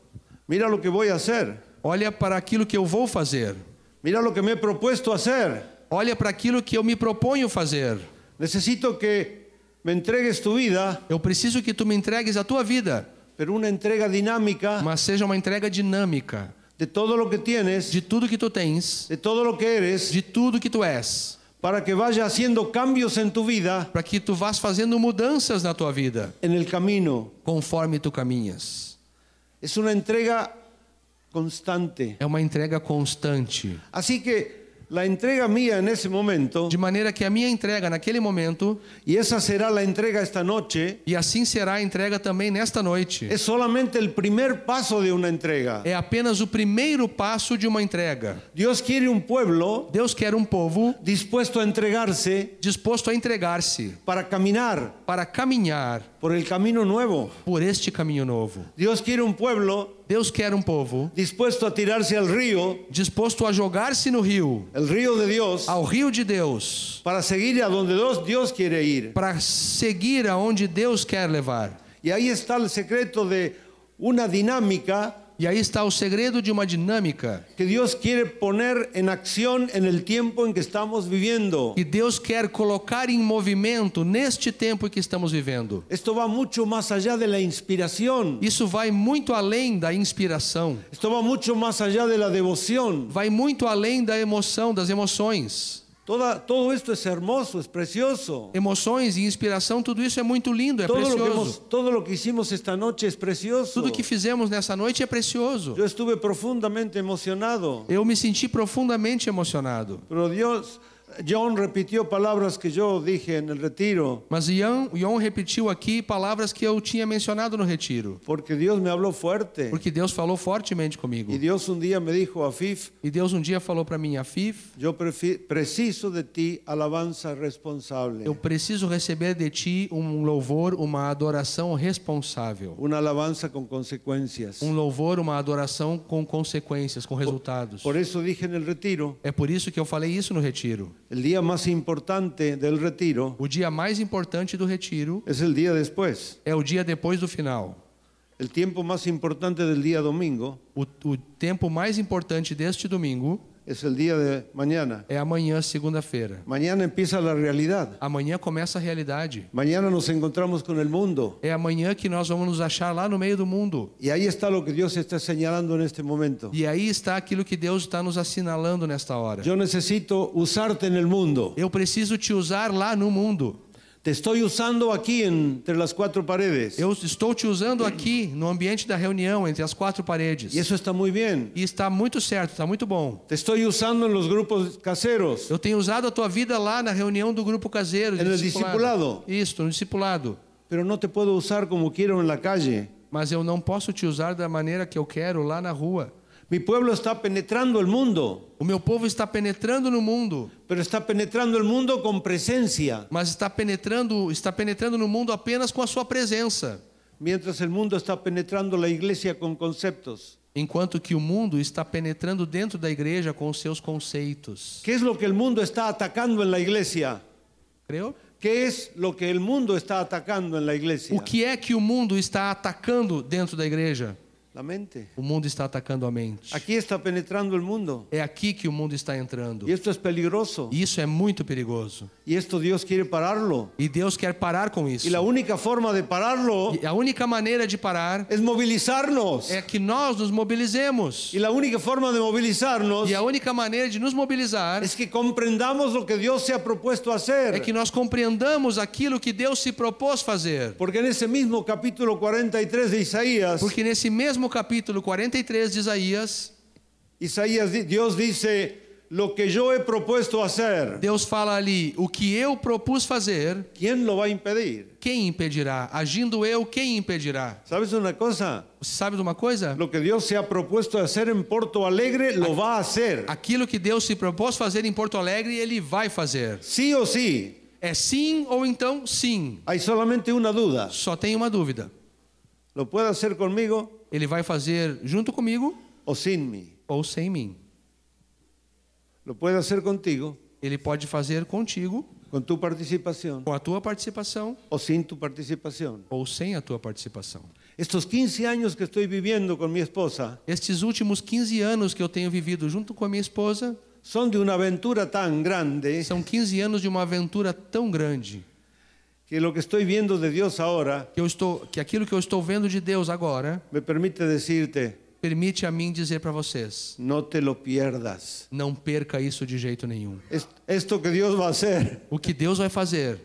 C: Mira lo que voy a hacer.
B: Olha para aquilo que eu vou fazer.
C: Mira lo que me he propuesto hacer.
B: Olha para aquilo que eu me proponho fazer.
C: Necesito que me entregues tu vida,
B: Eu preciso que tu me entregues a tua vida,
C: pero una entrega dinámica
B: mas seja uma entrega dinâmica
C: de todo lo que tienes,
B: de tudo que tu tens,
C: de todo lo que eres,
B: de tudo que tu és.
C: para que vaya haciendo cambios en tu vida
B: para que tu vás fazendo mudanças na tua vida,
C: en el camino.
B: conforme tu caminhas.
C: Es una entrega constante.
B: É uma entrega constante.
C: Así que la entrega mía en ese momento,
B: De maneira que a minha entrega naquele momento,
C: y esa será la entrega esta noche,
B: e assim será a entrega também nesta noite,
C: es solamente el primer paso de una entrega.
B: é apenas o primeiro passo de uma entrega.
C: Dios quiere un pueblo
B: Deus quer um povo
C: dispuesto a entregarse
B: disposto a entregar-se
C: para caminar
B: para caminhar
C: por el camino nuevo.
B: por este caminho novo.
C: Dios quiere un pueblo
B: Deus quer um povo
C: dispuesto a tirarse al río,
B: disposto a jogar-se no rio,
C: el río de Dios,
B: ao rio de Deus,
C: para seguir a donde Dios, Dios quiere ir.
B: para seguir aonde Deus quer levar.
C: Y ahí está el secreto de una dinámica
B: E aí está o segredo de uma dinâmica
C: que Dios quiere poner en acción en el tiempo en que estamos viviendo.
B: que Deus quer colocar em movimento neste tempo que estamos vivendo.
C: Esto va mucho más allá de la inspiración,
B: Isso vai muito além da inspiração,
C: esto va mucho más allá de la devoción.
B: vai muito além da emoção, das emoções.
C: Toda- todo esto es hermoso, es precioso.
B: Emoções e inspiração, tudo isso é muito lindo, é
C: Todo lo, que
B: precioso.
C: hemos- todo lo que hicimos esta noche es precioso.
B: Tudo que fizemos nessa noite é precioso.
C: Yo estuve profundamente emocionado.
B: Eu me senti profundamente emocionado.
C: Pero Dios, John repitió palabras que yo dije en el retiro,
B: Mas Ian, Ion repetiu aqui palavras que eu tinha mencionado no retiro,
C: porque Dios me habló fuerte.
B: porque Deus falou fortemente comigo.
C: Y Dios un día me dijo, Afif,
B: E Deus um dia falou para mim, Afif,
C: yo prefi- preciso de ti alabanza responsable,
B: Eu preciso receber de ti um louvor, uma adoração responsável.
C: una alabanza con consecuencias.
B: Um louvor, uma adoração com consequências, com resultados.
C: Por eso dije en el retiro,
B: É por isso que eu falei isso no retiro.
C: el día más importante del retiro
B: O dia mais importante do retiro
C: es el día después.
B: é o dia depois do final.
C: El tiempo más importante del día domingo
B: O, o tempo mais importante deste domingo
C: es el día de mañana.
B: é amanhã, segunda-feira.
C: Mañana empieza la realidad.
B: Amanhã começa a realidade.
C: Mañana nos encontramos con el mundo.
B: É amanhã que nós vamos nos achar lá no meio do mundo.
C: Y ahí está lo que Dios está señalando en este momento.
B: E aí está aquilo que Deus está nos assinalando nesta hora.
C: Yo necesito usarte en el mundo.
B: Eu preciso te usar lá no mundo.
C: Te estoy usando aquí entre las cuatro paredes.
B: Eu estou te usando aqui no ambiente da reunião, entre as quatro paredes.
C: Y eso está muy bien.
B: E está muito certo, está muito bom.
C: Te estoy usando en los grupos caseros.
B: Eu tenho usado a tua vida lá na reunião do grupo caseiro. de
C: É no discipulado.
B: Isso, no discipulado.
C: Pero no te puedo usar como quiero en la calle.
B: Mas eu não posso te usar da maneira que eu quero lá na rua.
C: Mi pueblo está penetrando el mundo,
B: O meu povo está penetrando no mundo,
C: pero está penetrando el mundo con presencia.
B: mas está penetrando, está penetrando no mundo apenas com a sua presença.
C: mientras el mundo está penetrando la iglesia con conceptos.
B: enquanto que o mundo está penetrando dentro da igreja com os seus conceitos.
C: ¿Qué es lo que el mundo está atacando en la iglesia?
B: Creu?
C: ¿Qué es lo que el mundo está atacando en la iglesia?
B: O que é que o mundo está atacando dentro da igreja?
C: La mente.
B: O mundo está atacando a mente.
C: Aquí está penetrando el mundo.
B: É aqui que o mundo está entrando.
C: Y esto es peligroso.
B: E Isso é muito perigoso.
C: Y esto Dios quiere pararlo.
B: E Deus quer parar com isso.
C: Y la única forma de pararlo
B: E a única maneira de parar
C: es movilizarnos.
B: é que nós nos mobilizemos.
C: Y la única forma de movilizarnos
B: E a única maneira de nos mobilizar
C: es que comprendamos lo que Dios se ha propuesto hacer.
B: é que nós compreendamos aquilo que Deus se propôs fazer.
C: Porque en ese mismo capítulo 43 de Isaías,
B: Porque nesse mesmo capítulo 43 de Isaías,
C: Isaías di- Dios dice, lo que yo he propuesto hacer,
B: Deus fala ali: O que eu propus fazer,
C: ¿quién lo va a impedir?
B: quem impedirá? Agindo eu, quem impedirá?
C: ¿Sabes una cosa?
B: Você sabe de uma coisa?
C: Lo que Dios se ha propuesto hacer en Porto Alegre, lo va a hacer.
B: Aquilo que Deus se propôs fazer em Porto Alegre, ele vai fazer.
C: Sí o sí.
B: É sim ou então sim.
C: Hay solamente una duda.
B: Só tem uma dúvida.
C: ¿Lo puede hacer conmigo
B: Ele vai fazer junto comigo
C: o sin mí?
B: ou sem mim.
C: ¿Lo puede hacer contigo,
B: Ele pode fazer contigo,
C: con tu participação
B: com a tua participação
C: o sin tu participação?
B: ou sem a tua participação.
C: Estos 15 años que estoy viviendo con mi esposa
B: Estes últimos 15 anos que eu tenho vivido junto com a minha esposa
C: son de una aventura tan grande
B: são 15 anos de uma aventura tão grande
C: que lo que estoy viendo de Dios ahora
B: que eu estou que aquilo que eu estou vendo de Deus agora
C: me permite decirte,
B: permite a mim dizer para vocês,
C: no te lo pierdas.
B: não perca isso de jeito nenhum.
C: Es- Esto que Dios va a hacer,
B: O que Deus vai fazer,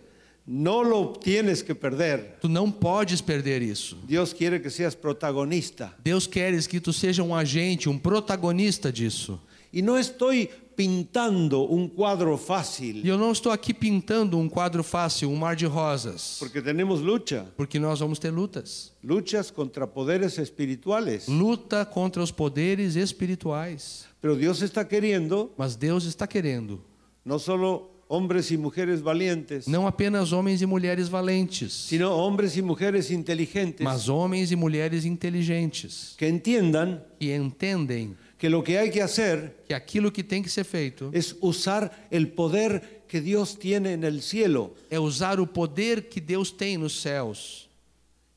C: no lo tienes que perder.
B: tu não podes perder isso.
C: Dios quiere que seas protagonista.
B: Deus queres que tu seja um agente, um protagonista disso.
C: Y no estoy pintando un cuadro
B: E
C: fácil,
B: eu não estou aqui pintando um quadro fácil, um mar de rosas,
C: porque tenemos lucha,
B: porque nós vamos ter lutas.
C: luchas contra poderes espirituales.
B: Luta contra os poderes espirituais.
C: Pero Dios está queriendo
B: Mas Deus está querendo
C: no solo hombres y mujeres valientes,
B: não apenas homens e mulheres valentes,
C: sino hombres y mujeres inteligentes
B: mas homens e mulheres inteligentes
C: que entiendan
B: que entendem
C: que lo que hay que hacer
B: que aquilo que tem que ser feito
C: es usar el poder que Dios tiene en el cielo.
B: é usar o poder que Deus tem nos céus.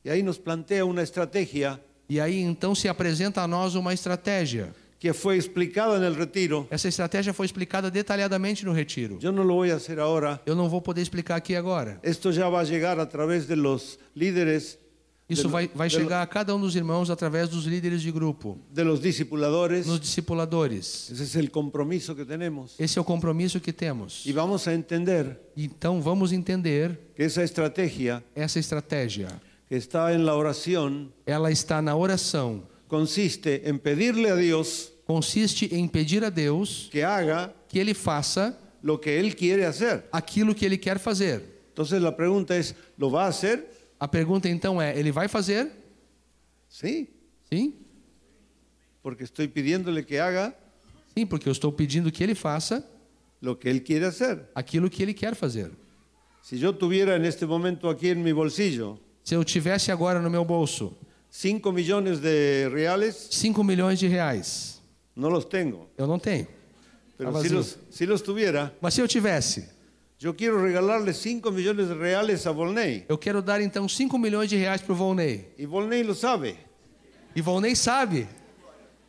C: Y ahí nos plantea una estrategia
B: E aí então se apresenta a nós uma estratégia.
C: que fue explicada en el retiro.
B: Essa estratégia foi explicada detalhadamente no retiro.
C: Yo no lo voy a hacer ahora.
B: Eu não vou poder explicar aqui agora.
C: Esto ya va a llegar a través de los líderes,
B: Isso vai, vai
C: de,
B: chegar a cada um dos irmãos através dos líderes de grupo,
C: de los discipuladores.
B: nos discipuladores.
C: Ese es el compromiso que tenemos.
B: Esse é o compromisso que temos.
C: Y vamos a entender
B: Então vamos entender
C: que esa estrategia
B: essa estratégia.
C: que está en la oración
B: Ela está na oração.
C: consiste en pedirle a Dios
B: Consiste em pedir a Deus
C: que haga
B: que ele faça
C: lo que Él quiere hacer.
B: aquilo que ele quer fazer.
C: Entonces la pregunta es, ¿lo va a hacer?
B: A pergunta então é: ele vai fazer?
C: Sí,
B: Sim?
C: porque estoy pidiéndole que haga
B: Sim, porque eu estou pedindo que ele faça
C: lo que Él quiere hacer.
B: aquilo que ele quer fazer.
C: Si yo tuviera en este momento aquí en mi bolsillo
B: Se eu tivesse agora no meu bolso
C: 5 millones de reales,
B: 5 milhões de reais,
C: no los tengo,
B: eu não tenho.
C: pero
B: Está
C: si
B: vacío.
C: los, si los tuviera,
B: Mas se eu tivesse,
C: yo quiero regalarle 5 millones de reales a Volney.
B: eu quero dar então 5 milhões de reais para o Volney.
C: Y Volney lo sabe
B: E Volney sabe.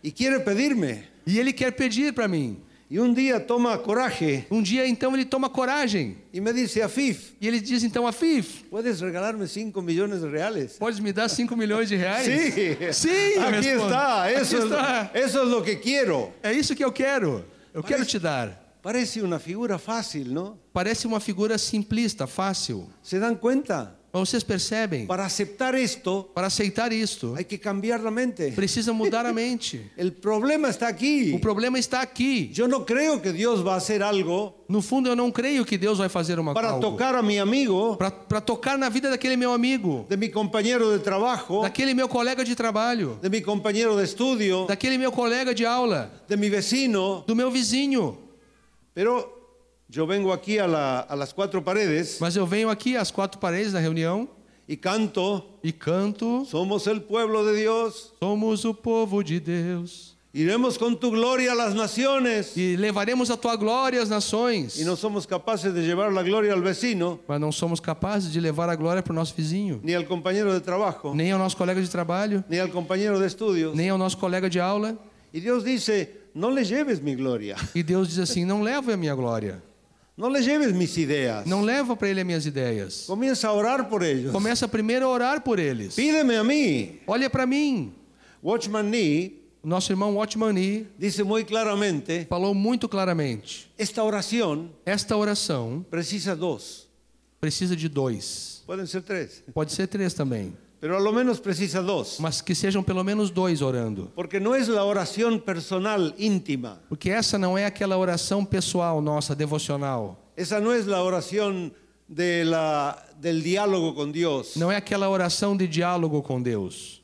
C: y quiere pedirme.
B: E ele quer pedir para mim.
C: Y un día toma coraje
B: Um dia então ele toma coragem.
C: y me dice, Afif,
B: E ele diz então a Fif,
C: ¿puedes regalarme 5 millones de reales?
B: podes me dar 5 milhões de reais?
C: Sí,
B: Sim, eu
C: aquí
B: respondo.
C: está, eso,
B: Aqui
C: es lo-
B: está.
C: eso es lo que quiero.
B: É isso que eu quero. Eu quero
C: Parece-
B: te dar.
C: Parece una figura fácil, ¿no?
B: Parece uma figura simplista, fácil.
C: ¿Se dan cuenta?
B: Mas vocês percebem?
C: Para aceptar esto
B: Para aceitar isto,
C: hay que cambiar la mente.
B: precisa mudar a mente.
C: El problema está aquí.
B: O problema está aqui.
C: Yo no creo que Dios va a hacer algo
B: No fundo, eu não creio que Deus vai fazer uma
C: para
B: coisa
C: tocar a mi amigo,
B: para tocar na vida daquele meu amigo,
C: de mi compañero de trabajo,
B: daquele meu colega de trabalho,
C: de mi compañero de estudio,
B: daquele meu colega de aula,
C: de mi vecino.
B: do meu vizinho.
C: Pero yo vengo aquí a, la- a las cuatro paredes
B: Mas eu venho aqui às quatro paredes da reunião
C: y y canto,
B: e canto.
C: somos el pueblo de Dios,
B: Somos o povo de Deus.
C: iremos con tu gloria a las naciones
B: E levaremos a tua glória às nações.
C: y no somos capaces de llevar la gloria al vecino
B: Mas não somos capazes de levar a glória para o nosso vizinho,
C: ni al compañero de trabajo,
B: nem ao nosso colega de trabalho,
C: ni al compañero de estudios.
B: nem ao nosso colega de aula.
C: Y Dios dice, no le lleves mi gloria,
B: E Deus diz assim: não leva a minha glória,
C: no le lleves mis ideas.
B: não leva para ele as minhas ideias.
C: Comienza a orar por ellos.
B: Começa primeiro a orar por eles.
C: Pídeme a mí.
B: Olha para mim.
C: Watchman Nee
B: O nosso irmão Otman Nee
C: dice muy claramente,
B: falou muito claramente:
C: esta oración
B: esta oração
C: precisa dos,
B: precisa de dois.
C: pueden ser tres,
B: Pode ser três também,
C: pero a lo menos precisa dos.
B: mas que sejam pelo menos dois orando.
C: Porque no es la oración personal íntima,
B: Porque essa não é aquela oração pessoal nossa, devocional.
C: esa no es la oración de la, del diálogo con Dios.
B: Não é aquela oração de diálogo com Deus.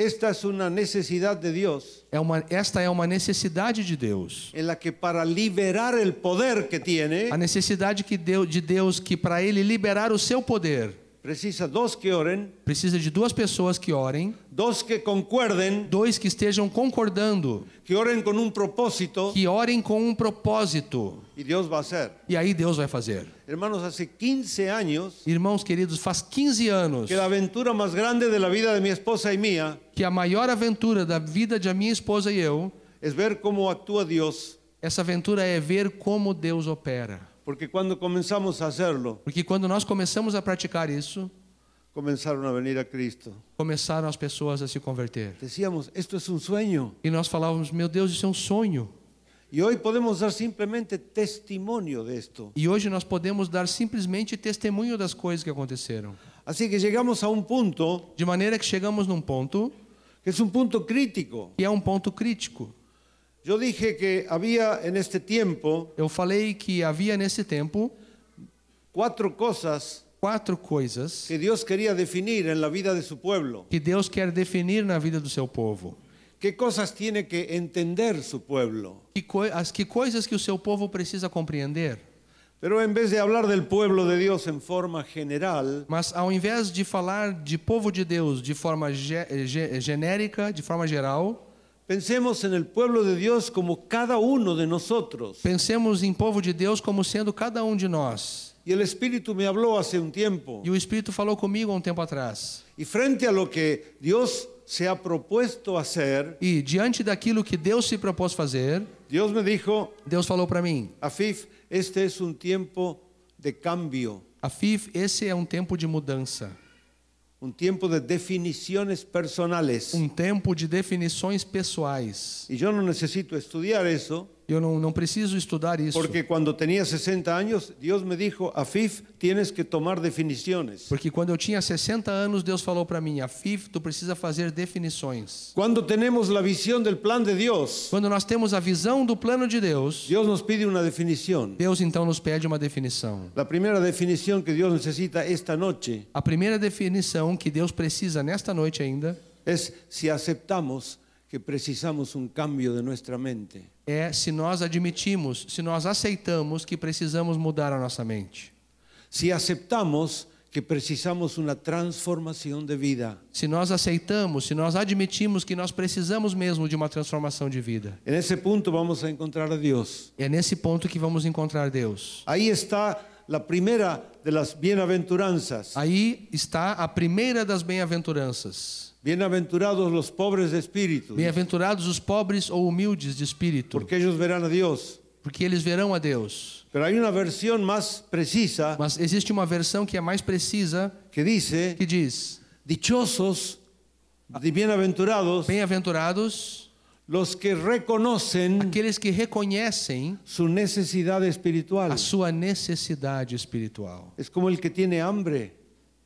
C: Esta es uma necesidad de Dios
B: É uma, esta é uma necessidade de Deus.
C: en la que para liberar el poder que tiene,
B: A necessidade que deu, de Deus que para ele liberar o seu poder
C: precisa dos que oren,
B: precisa de duas pessoas que orem,
C: dos que concuerden,
B: dois que estejam concordando,
C: que oren con un propósito
B: que orem com um propósito.
C: y Dios va a hacer.
B: E aí Deus vai fazer.
C: Hermanos, hace 15 años
B: Irmãos queridos, faz 15 anos
C: que la aventura más grande de la vida de mi esposa y mía
B: que a maior aventura da vida de minha esposa e eu,
C: es ver cómo actúa Dios,
B: essa aventura é ver como Deus opera.
C: porque cuando comenzamos a hacerlo,
B: Porque quando nós começamos a praticar isso,
C: comenzaron a venir a Cristo.
B: começaram as pessoas a se converter.
C: Decíamos, esto es un sueño.
B: E nós falávamos, meu Deus, isso é um sonho.
C: Y hoy podemos dar simplemente testimonio de esto.
B: E hoje nós podemos dar simplesmente testemunho das coisas que aconteceram.
C: Así que llegamos a un punto
B: De maneira que chegamos num ponto
C: que es un punto crítico.
B: que é um ponto crítico.
C: Yo dije que había en este tiempo
B: Eu falei que havia nesse tempo
C: cuatro cosas
B: quatro coisas
C: que Dios quería definir en la vida de su pueblo.
B: que Deus quer definir na vida do seu povo.
C: ¿Qué cosas tiene que entender su pueblo?
B: Que coi- as que coisas que o seu povo precisa compreender.
C: Pero en vez de hablar del pueblo de Dios en forma general,
B: Mas ao invés de falar de povo de Deus de forma ge- eh, ge- genérica, de forma geral,
C: pensemos en el pueblo de Dios como cada uno de nosotros.
B: Pensemos em povo de Deus como sendo cada um de nós.
C: Y el Espíritu me habló hace un tiempo.
B: E o Espírito falou comigo há um tempo atrás.
C: Y frente a lo que Dios se ha propuesto hacer,
B: E diante daquilo que Deus se propôs fazer,
C: Dios me dijo,
B: Deus falou para mim:
C: Afif, este es un tiempo de cambio,
B: Afif, esse é um tempo de mudança,
C: un tiempo de definiciones personales.
B: um tempo de definições pessoais.
C: Y yo no necesito estudiar eso,
B: Eu não, não preciso estudar isso,
C: porque cuando tenía 60 años, Dios me dijo, Afif, tienes que tomar definiciones.
B: porque quando eu tinha 60 anos, Deus falou para mim: Afif, tu precisa fazer definições.
C: Cuando tenemos la visión del plan de Dios,
B: Quando nós temos a visão do plano de Deus,
C: Dios nos pide una definición.
B: Deus então nos pede uma definição.
C: La primera definición que Dios necesita esta noche
B: A primeira definição que Deus precisa nesta noite ainda
C: es si aceptamos que precisamos un cambio de nuestra mente.
B: é se nós admitimos, se nós aceitamos que precisamos mudar a nossa mente.
C: Si aceptamos que precisamos una transformación de vida.
B: Se nós aceitamos, se nós admitimos que nós precisamos mesmo de uma transformação de vida.
C: En ese punto vamos a encontrar a Dios.
B: É nesse ponto que vamos encontrar Deus.
C: Ahí está la primera de las bienaventuranzas.
B: Aí está a primeira das bem-aventuranças.
C: Bienaventurados los pobres de espíritu,
B: Bem-aventurados os pobres ou humildes de espírito,
C: porque ellos verán a Dios.
B: porque eles verão a Deus.
C: Pero hay una versión más precisa
B: Mas existe uma versão que é mais precisa
C: que dice,
B: que diz:
C: dichosos, de bienaventurados,
B: Bem-aventurados
C: los que reconocen
B: aqueles que reconhecem
C: su necesidad espiritual.
B: a sua necessidade espiritual.
C: Es como el que tiene hambre.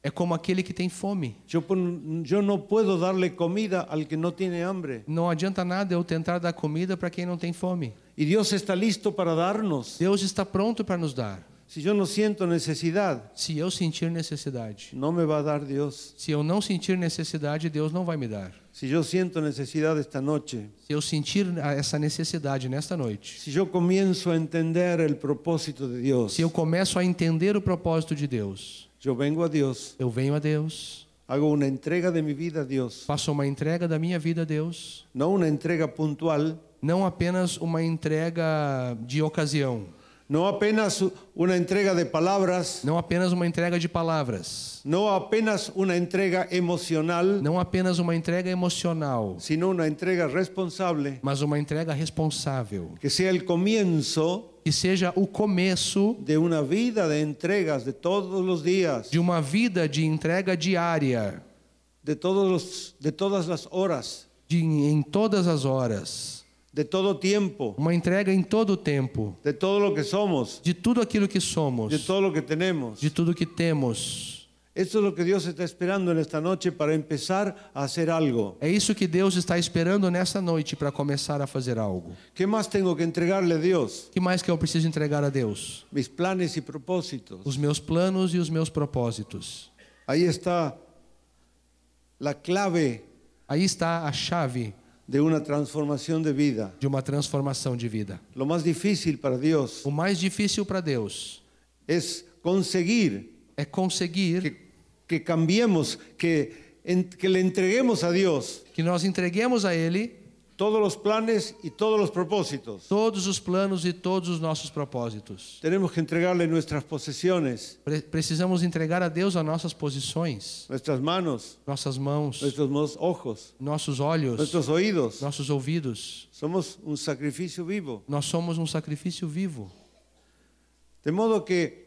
B: É como aquele que tem fome.
C: Yo, pon- yo no puedo darle comida al que no tiene hambre.
B: Não adianta nada eu tentar dar comida para quem não tem fome.
C: Y Dios está listo para darnos.
B: Deus está pronto para nos dar.
C: Si yo no siento necesidad,
B: Se eu sentir necessidade,
C: no me va a dar Dios.
B: se eu não sentir necessidade, Deus não vai me dar.
C: Si yo siento necesidad esta noche,
B: Se eu sentir a- essa necessidade nesta noite,
C: si yo comienzo a entender el propósito de Dios,
B: se eu começo a entender o propósito de Deus,
C: Yo vengo a Dios,
B: Eu venho a Deus,
C: hago una entrega de mi vida a Dios,
B: faço uma entrega da minha vida a Deus,
C: no una entrega puntual,
B: não apenas uma entrega de ocasião,
C: no apenas una entrega de palabras,
B: não apenas uma entrega de palavras,
C: no apenas una entrega emocional,
B: não apenas uma entrega emocional,
C: sino una entrega responsable,
B: mas uma entrega responsável,
C: que sea el comienzo
B: que seja o começo
C: de una vida de entregas de todos los días,
B: de uma vida de entrega diária,
C: de, todos los- de todas las horas,
B: de, em todas as horas,
C: de todo tiempo,
B: uma entrega em todo o tempo,
C: de todo lo que somos,
B: de tudo aquilo que
C: de
B: somos,
C: todo lo que tenemos.
B: de tudo que temos.
C: Esto es lo que Dios está esperando en esta noche para empezar a hacer algo.
B: É isso que Deus está esperando nessa noite para começar a fazer algo.
C: ¿Qué más tengo que entregarle a Dios?
B: O que mais que eu preciso entregar a Deus?
C: Mis planes y propósitos.
B: Os meus planos e os meus propósitos.
C: Ahí está la clave
B: Aí está a chave
C: de una transformación de vida.
B: de uma transformação de vida.
C: Lo más difícil para Dios
B: O mais difícil para Deus
C: es conseguir
B: é conseguir
C: que, que cambiemos, que, en- que le entreguemos a Dios
B: que nós entreguemos a Ele
C: todos los planes y todos los propósitos.
B: todos os planos e todos os nossos propósitos.
C: Tenemos que entregarle nuestras posesiones,
B: Pre- Precisamos entregar a Deus as nossas posições,
C: nuestras manos,
B: nossas mãos,
C: nuestros mos- ojos,
B: nossos olhos,
C: nuestros oídos.
B: nossos ouvidos.
C: Somos un sacrificio vivo.
B: Nós somos um sacrifício vivo.
C: De modo que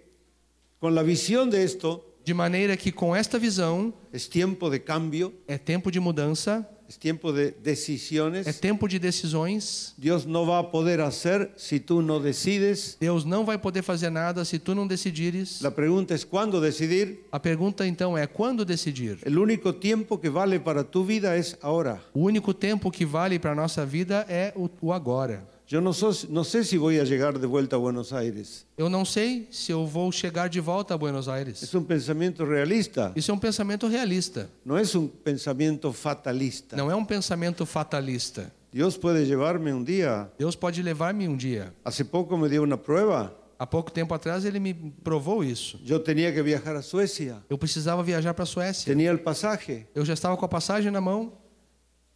C: con la visión de esto
B: De maneira que com esta visão
C: es tiempo de cambio,
B: é tempo de mudança,
C: es tiempo de
B: é
C: decisiones.
B: tempo de decisões.
C: Dios no va a poder hacer si tú no decides.
B: Deus não vai poder fazer nada se tu não decidires.
C: La pregunta es cuándo decidir.
B: A pergunta então é quando decidir.
C: El único tiempo que vale para tu vida es ahora.
B: O único tempo que vale para a nossa vida é o, o agora.
C: Yo no, sos- no sé si voy a llegar de vuelta a Buenos Aires.
B: Eu não sei se eu vou chegar de volta a Buenos Aires.
C: Es un pensamiento realista,
B: Isso é um pensamento realista.
C: no es un pensamiento fatalista.
B: Não é um pensamento fatalista.
C: Dios puede llevarme un día.
B: Deus pode levar-me um dia.
C: Hace poco me dio una prueba.
B: Há pouco tempo atrás ele me provou isso.
C: Yo tenía que viajar a Suecia.
B: Eu precisava viajar para a Suécia.
C: Tenía el pasaje.
B: Eu já estava com a passagem na mão.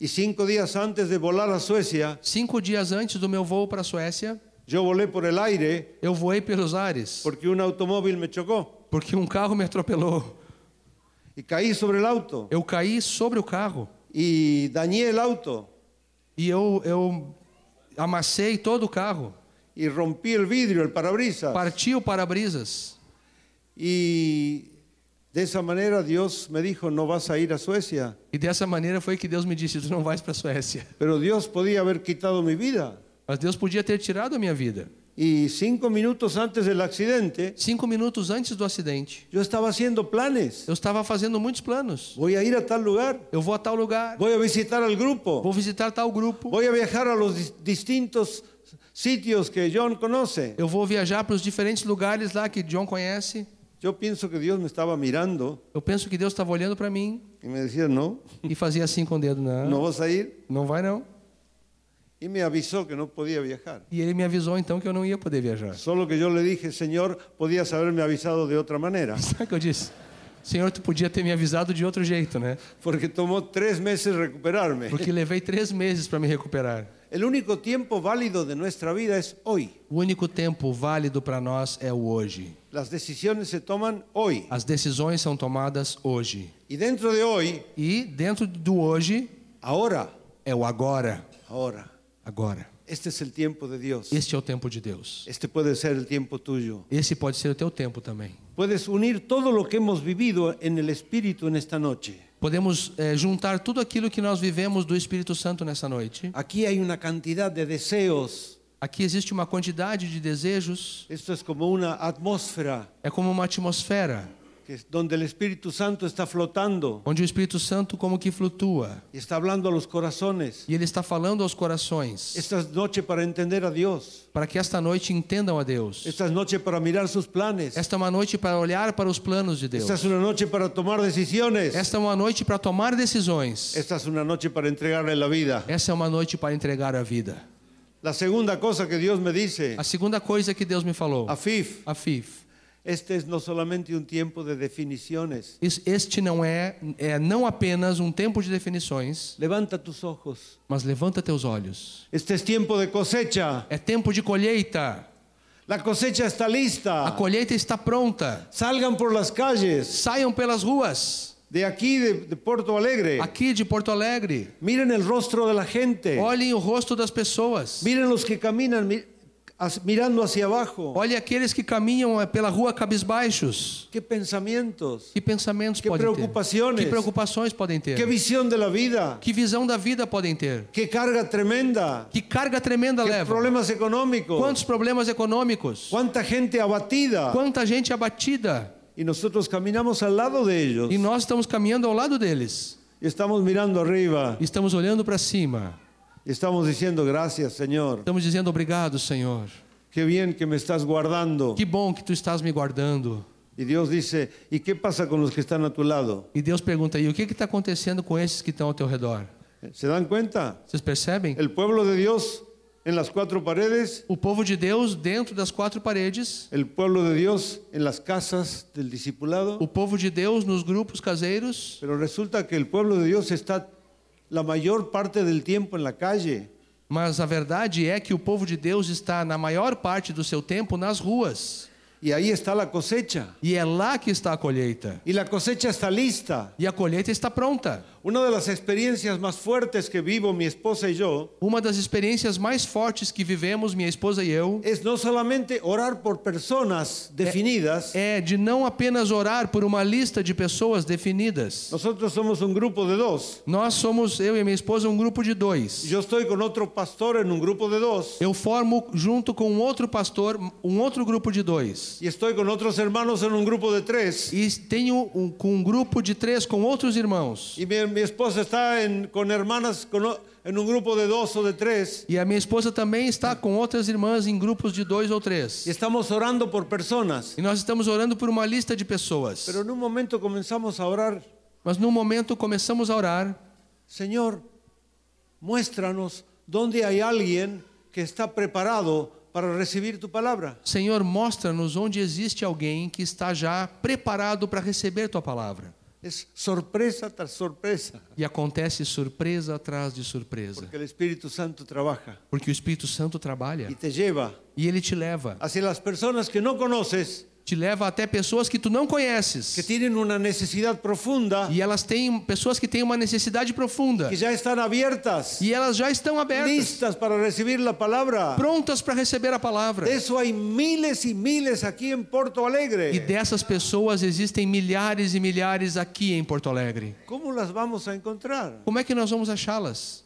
C: Y cinco días antes de volar a Suecia,
B: Cinco dias antes do meu voo para a Suécia,
C: yo volé por el aire
B: eu voei pelos ares
C: porque un automóvil me chocó
B: porque um carro me atropelou.
C: y caí sobre el auto
B: Eu caí sobre o carro
C: y dañé el auto
B: e eu, eu amassei todo o carro.
C: y rompí el vidrio, el parabrisas.
B: Parti o para-brisas.
C: Y de esa manera Dios me dijo, no vas a ir a Suecia.
B: E dessa maneira foi que Deus me disse: Tu não vais para a Suécia.
C: Pero Dios podía haber quitado mi vida.
B: Mas Deus podia ter tirado a minha vida.
C: Y cinco minutos antes del accidente,
B: Cinco minutos antes do acidente,
C: yo estaba haciendo planes.
B: eu estava fazendo muitos planos.
C: Voy a ir a tal lugar,
B: Eu vou a tal lugar,
C: voy a visitar al grupo,
B: vou visitar tal grupo,
C: Voy a viajar a los dis- distintos sitios que John conoce.
B: eu vou viajar para os diferentes lugares lá que John conhece.
C: Yo pienso que Dios me estaba mirando
B: Eu penso que Deus estava olhando para mim
C: y me decía, no,
B: e fazia assim com o dedo: Não,
C: no
B: não,
C: vas a ir.
B: vai não.
C: Y me avisó que no podía viajar.
B: E ele me avisou então que eu não ia poder viajar.
C: Solo que yo le dije, Señor, podías haberme avisado de otra manera.
B: Sabe o que eu disse? Senhor, tu podia ter me avisado de outro jeito, né?
C: Porque tomó tres meses recuperarme.
B: Porque levei três meses para me recuperar.
C: El único tiempo válido de nuestra vida es hoy.
B: O único tempo válido para nós é o hoje.
C: Las decisiones se toman hoy.
B: As decisões são tomadas hoje.
C: Y dentro de hoy,
B: E dentro do hoje
C: ahora,
B: é o agora.
C: ahora.
B: Agora.
C: Este es el tiempo de Dios.
B: Este é o tempo de Deus.
C: Este puede ser el tiempo tuyo.
B: Esse pode ser o teu tempo também.
C: Puedes unir todo lo que hemos vivido en el Espíritu en esta noche.
B: Podemos eh, juntar tudo aquilo que nós vivemos do Espírito Santo nessa noite.
C: Aquí hay una cantidad de deseos.
B: Aqui existe uma quantidade de desejos.
C: Esto es como una atmósfera
B: É como uma atmosfera
C: que es donde el Espíritu Santo está flotando
B: onde o Espírito Santo como que flutua
C: y está hablando a los corazones.
B: e ele está falando aos corações
C: Esta es noche para entender a Dios.
B: para que esta noite entendam a Deus.
C: Esta es noche para mirar sus planes.
B: Esta é uma noite para olhar para os planos de Deus.
C: Esta es una noche para tomar decisiones.
B: Esta é uma noite para tomar decisões.
C: Esta es una noche para entregarle la vida.
B: Essa é uma noite para entregar a vida.
C: La segunda cosa que Dios me dice,
B: A segunda coisa que Deus me falou,
C: Afif,
B: Afif,
C: Este es no solamente un tiempo de definiciones.
B: Isso- Este não é, é não apenas um tempo de definições,
C: Levanta tus ojos.
B: mas levanta teus olhos.
C: Este es tiempo de cosecha.
B: É tempo de colheita.
C: La cosecha está
B: A
C: lista.
B: colheita está pronta.
C: Salgan por las calles
B: Saiam pelas ruas,
C: de aquí, de, de Porto Alegre.
B: aqui de Porto Alegre.
C: Miren el rostro de la gente.
B: Olhem o rosto das pessoas.
C: Miren los que caminan mi- as- mirando hacia abajo.
B: Olhem aqueles que caminham eh, pela rua cabisbaixos.
C: Qué pensamientos.
B: Que pensamentos
C: Que
B: podem
C: preocupações.
B: ter? Que preocupações podem ter?
C: Qué visión de la vida.
B: Que visão da vida podem ter?
C: Qué carga tremenda.
B: Que carga tremenda
C: Qué
B: levam?
C: problemas económicos.
B: Quantos problemas econômicos?
C: Cuánta gente abatida.
B: Quanta gente abatida?
C: Y nosotros caminamos al lado de ellos.
B: E nós estamos caminhando ao lado deles.
C: Y estamos mirando arriba.
B: E Estamos olhando para cima.
C: Y estamos diciendo gracias, Señor.
B: Estamos dizendo obrigado, Senhor.
C: Qué bien que me estás guardando.
B: Que bom que tu estás me guardando.
C: Y Dios dice, ¿y qué pasa con los que están a tu lado?
B: E Deus pergunta aí, o que está acontecendo com esses que estão ao teu redor?
C: ¿Se dan cuenta?
B: Vocês percebem?
C: El pueblo de Dios en las cuatro paredes,
B: O povo de Deus dentro das quatro paredes,
C: el pueblo de Dios en las casas del discipulado,
B: o povo de Deus nos grupos caseiros,
C: pero resulta que el pueblo de Dios está la mayor parte del tiempo en la calle.
B: mas a verdade é que o povo de Deus está na maior parte do seu tempo nas ruas.
C: Y ahí está la cosecha.
B: E é lá que está a colheita.
C: Y la cosecha está lista.
B: E a colheita está pronta.
C: Una de las experiencias más fuertes que vivo mi esposa y yo
B: Uma das experiências mais fortes que vivemos, minha esposa e eu,
C: es no solamente orar por personas definidas,
B: é de não apenas orar por uma lista de pessoas definidas.
C: nosotros somos un grupo de dos.
B: Nós somos, eu e minha esposa, um grupo de dois.
C: Yo estoy con otro pastor en un grupo de dos
B: Eu formo, junto com um outro pastor, um outro grupo de dois.
C: y estoy con otros hermanos en un grupo de tres.
B: E tenho um, com um grupo de três com outros irmãos.
C: Y mi, mi esposa está en- con hermanas con o- en un grupo de dos o de tres.
B: E a minha esposa também está com outras irmãs em grupos de dois ou três.
C: Y estamos orando por personas.
B: E nós estamos orando por uma lista de pessoas.
C: Pero en un momento comenzamos a orar,
B: Mas num momento começamos a orar
C: Señor, muéstranos dónde hay alguien que está preparado para recibir tu palabra.
B: Senhor, mostra-nos onde existe alguém que está já preparado para receber tua palavra.
C: Es sorpresa tras sorpresa,
B: E acontece surpresa atrás de surpresa,
C: porque el Espíritu Santo trabaja
B: porque o Espírito Santo trabalha
C: y te lleva
B: e ele te leva.
C: hacia las personas que no conoces,
B: Te leva até pessoas que tu não
C: que
B: conheces.
C: tienen una necesidad profunda,
B: E elas têm pessoas que têm uma necessidade profunda.
C: que ya están abiertas,
B: E elas já estão abertas,
C: listas para recibir la palabra.
B: prontas para receber a palavra.
C: De eso hay miles y miles aquí en Porto
B: E
C: Alegre.
B: dessas pessoas existem milhares e milhares aqui em Porto Alegre.
C: ¿Cómo las vamos a encontrar?
B: Como é que nós vamos achá-las?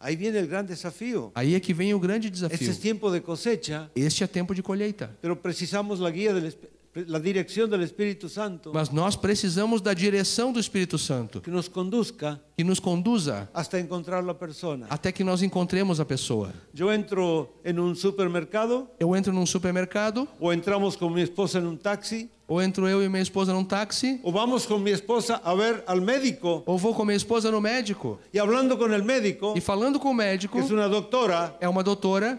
C: Ahí viene el gran desafío.
B: Aí é que vem o grande
C: Este
B: desafio.
C: es tiempo de cosecha,
B: Este é tempo de colheita.
C: pero precisamos la guía, del, esp- la dirección del Espíritu Santo
B: Mas nós precisamos da direção do Espírito Santo,
C: que nos conduzca
B: que nos conduza
C: hasta encontrar la persona.
B: até que nós encontremos a pessoa.
C: Yo entro en un supermercado
B: Eu entro num supermercado,
C: o entramos con mi esposa en un taxi
B: ou entro eu e minha esposa num táxi,
C: o vamos con mi esposa a ver al médico
B: ou vou com minha esposa no médico.
C: y hablando con el médico,
B: E falando com o médico,
C: que es una doctora,
B: é uma doutora,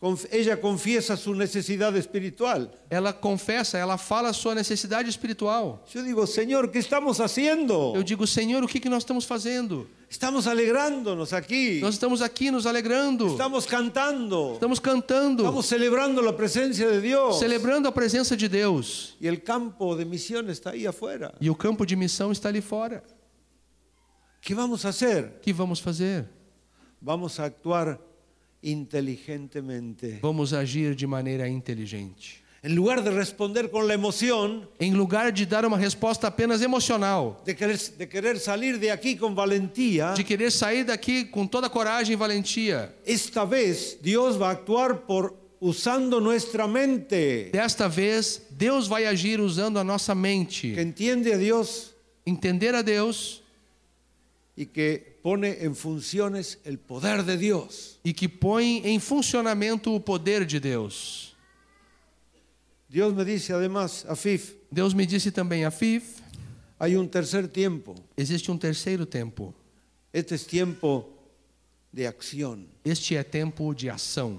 C: conf- ella confiesa su necesidad espiritual.
B: ela confessa, ela fala a sua necessidade espiritual.
C: Yo digo, Señor, ¿qué estamos haciendo?
B: Eu digo, Senhor, o que, que nós estamos fazendo?
C: Estamos alegrándonos aquí,
B: Nós estamos aqui nos alegrando,
C: estamos cantando,
B: estamos cantando,
C: estamos celebrando la presencia de Dios.
B: celebrando a presença de Deus.
C: Y el campo de misión está ahí afuera.
B: E o campo de missão está ali fora.
C: ¿Qué vamos a hacer?
B: O que vamos fazer?
C: Vamos a actuar inteligentemente.
B: Vamos agir de maneira inteligente.
C: En lugar de responder con la emoción,
B: Em lugar de dar uma resposta apenas emocional,
C: de querer, de querer salir de aquí con valentía,
B: de querer sair daqui com toda coragem e valentia,
C: esta vez Dios va a actuar por usando nuestra mente,
B: desta vez Deus vai agir usando a nossa
C: que
B: mente.
C: entiende a Dios
B: Entender a Deus
C: y que pone en funciones el poder de Dios.
B: e que põe em funcionamento o poder de Deus.
C: Dios me dice además, Afif,
B: Deus me disse também, Afif,
C: hay un tercer tiempo.
B: existe um terceiro tempo.
C: Este es tiempo de acción.
B: Este é tempo de ação.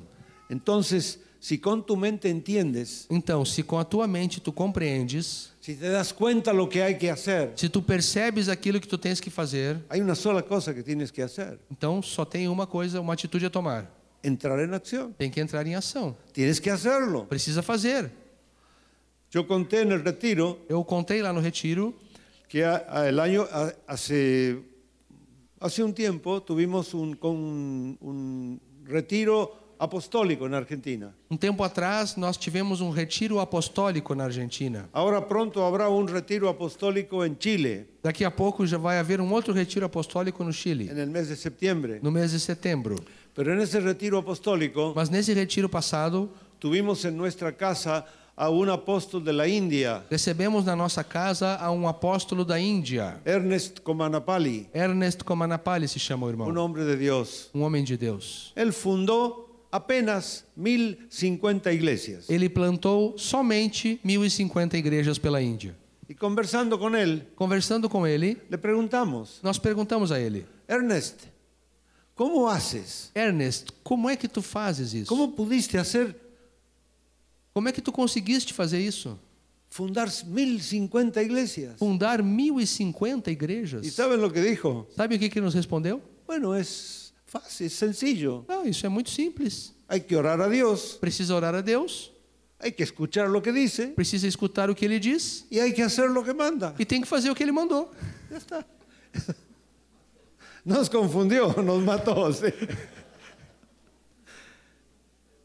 C: Entonces, Si con tu mente entiendes,
B: Então, se com a tua mente tu compreendes,
C: si te das cuenta lo que hay que hacer,
B: se tu percebes aquilo que tu tens que fazer,
C: hay una sola cosa que tienes que hacer,
B: então só tem uma coisa, uma atitude a tomar.
C: entrar en acción.
B: Tem que entrar em ação.
C: Tienes que hacerlo.
B: Precisa fazer.
C: Yo conté en el retiro
B: Eu contei lá no retiro
C: que a- a- el año a- hace, hace un tiempo tuvimos un, con un- un retiro apostólico en Argentina.
B: Um tempo atrás, nós tivemos um retiro apostólico na Argentina.
C: Ahora pronto habrá un retiro apostólico en Chile
B: Daqui a pouco já vai haver um outro retiro apostólico no Chile,
C: en el mes de septiembre.
B: no mês de setembro.
C: Pero en ese retiro apostólico
B: Mas nesse retiro passado,
C: tuvimos en nuestra casa a un apóstol de la India,
B: recebemos na nossa casa a um apóstolo da Índia,
C: Ernest Comanapali,
B: Ernest Comanapali se chama o
C: un
B: irmão,
C: hombre de Dios.
B: um homem de Deus.
C: Él fundó apenas 1050 iglesias.
B: Ele plantou somente 1.050 igrejas pela Índia.
C: Y conversando con él,
B: Conversando com ele,
C: le preguntamos,
B: nós perguntamos a ele:
C: Ernest, ¿cómo haces?
B: Ernest, como é que tu fazes isso?
C: ¿Cómo pudiste hacer
B: Como é que tu conseguiste fazer isso?
C: fundar 1050 iglesias?
B: Fundar 1.050
C: ¿Y
B: igrejas?
C: saben lo que dijo?
B: Sabe o que, que nos respondeu?
C: Bueno, es fácil, es sencillo.
B: Não, isso é muito simples.
C: Hay que orar a Dios,
B: Precisa orar a Deus,
C: hay que escuchar lo que dice
B: precisa escutar o que ele diz
C: y hay que hacer lo que manda.
B: e tem que fazer o que ele mandou.
C: Nos confundió, nos mató. sí.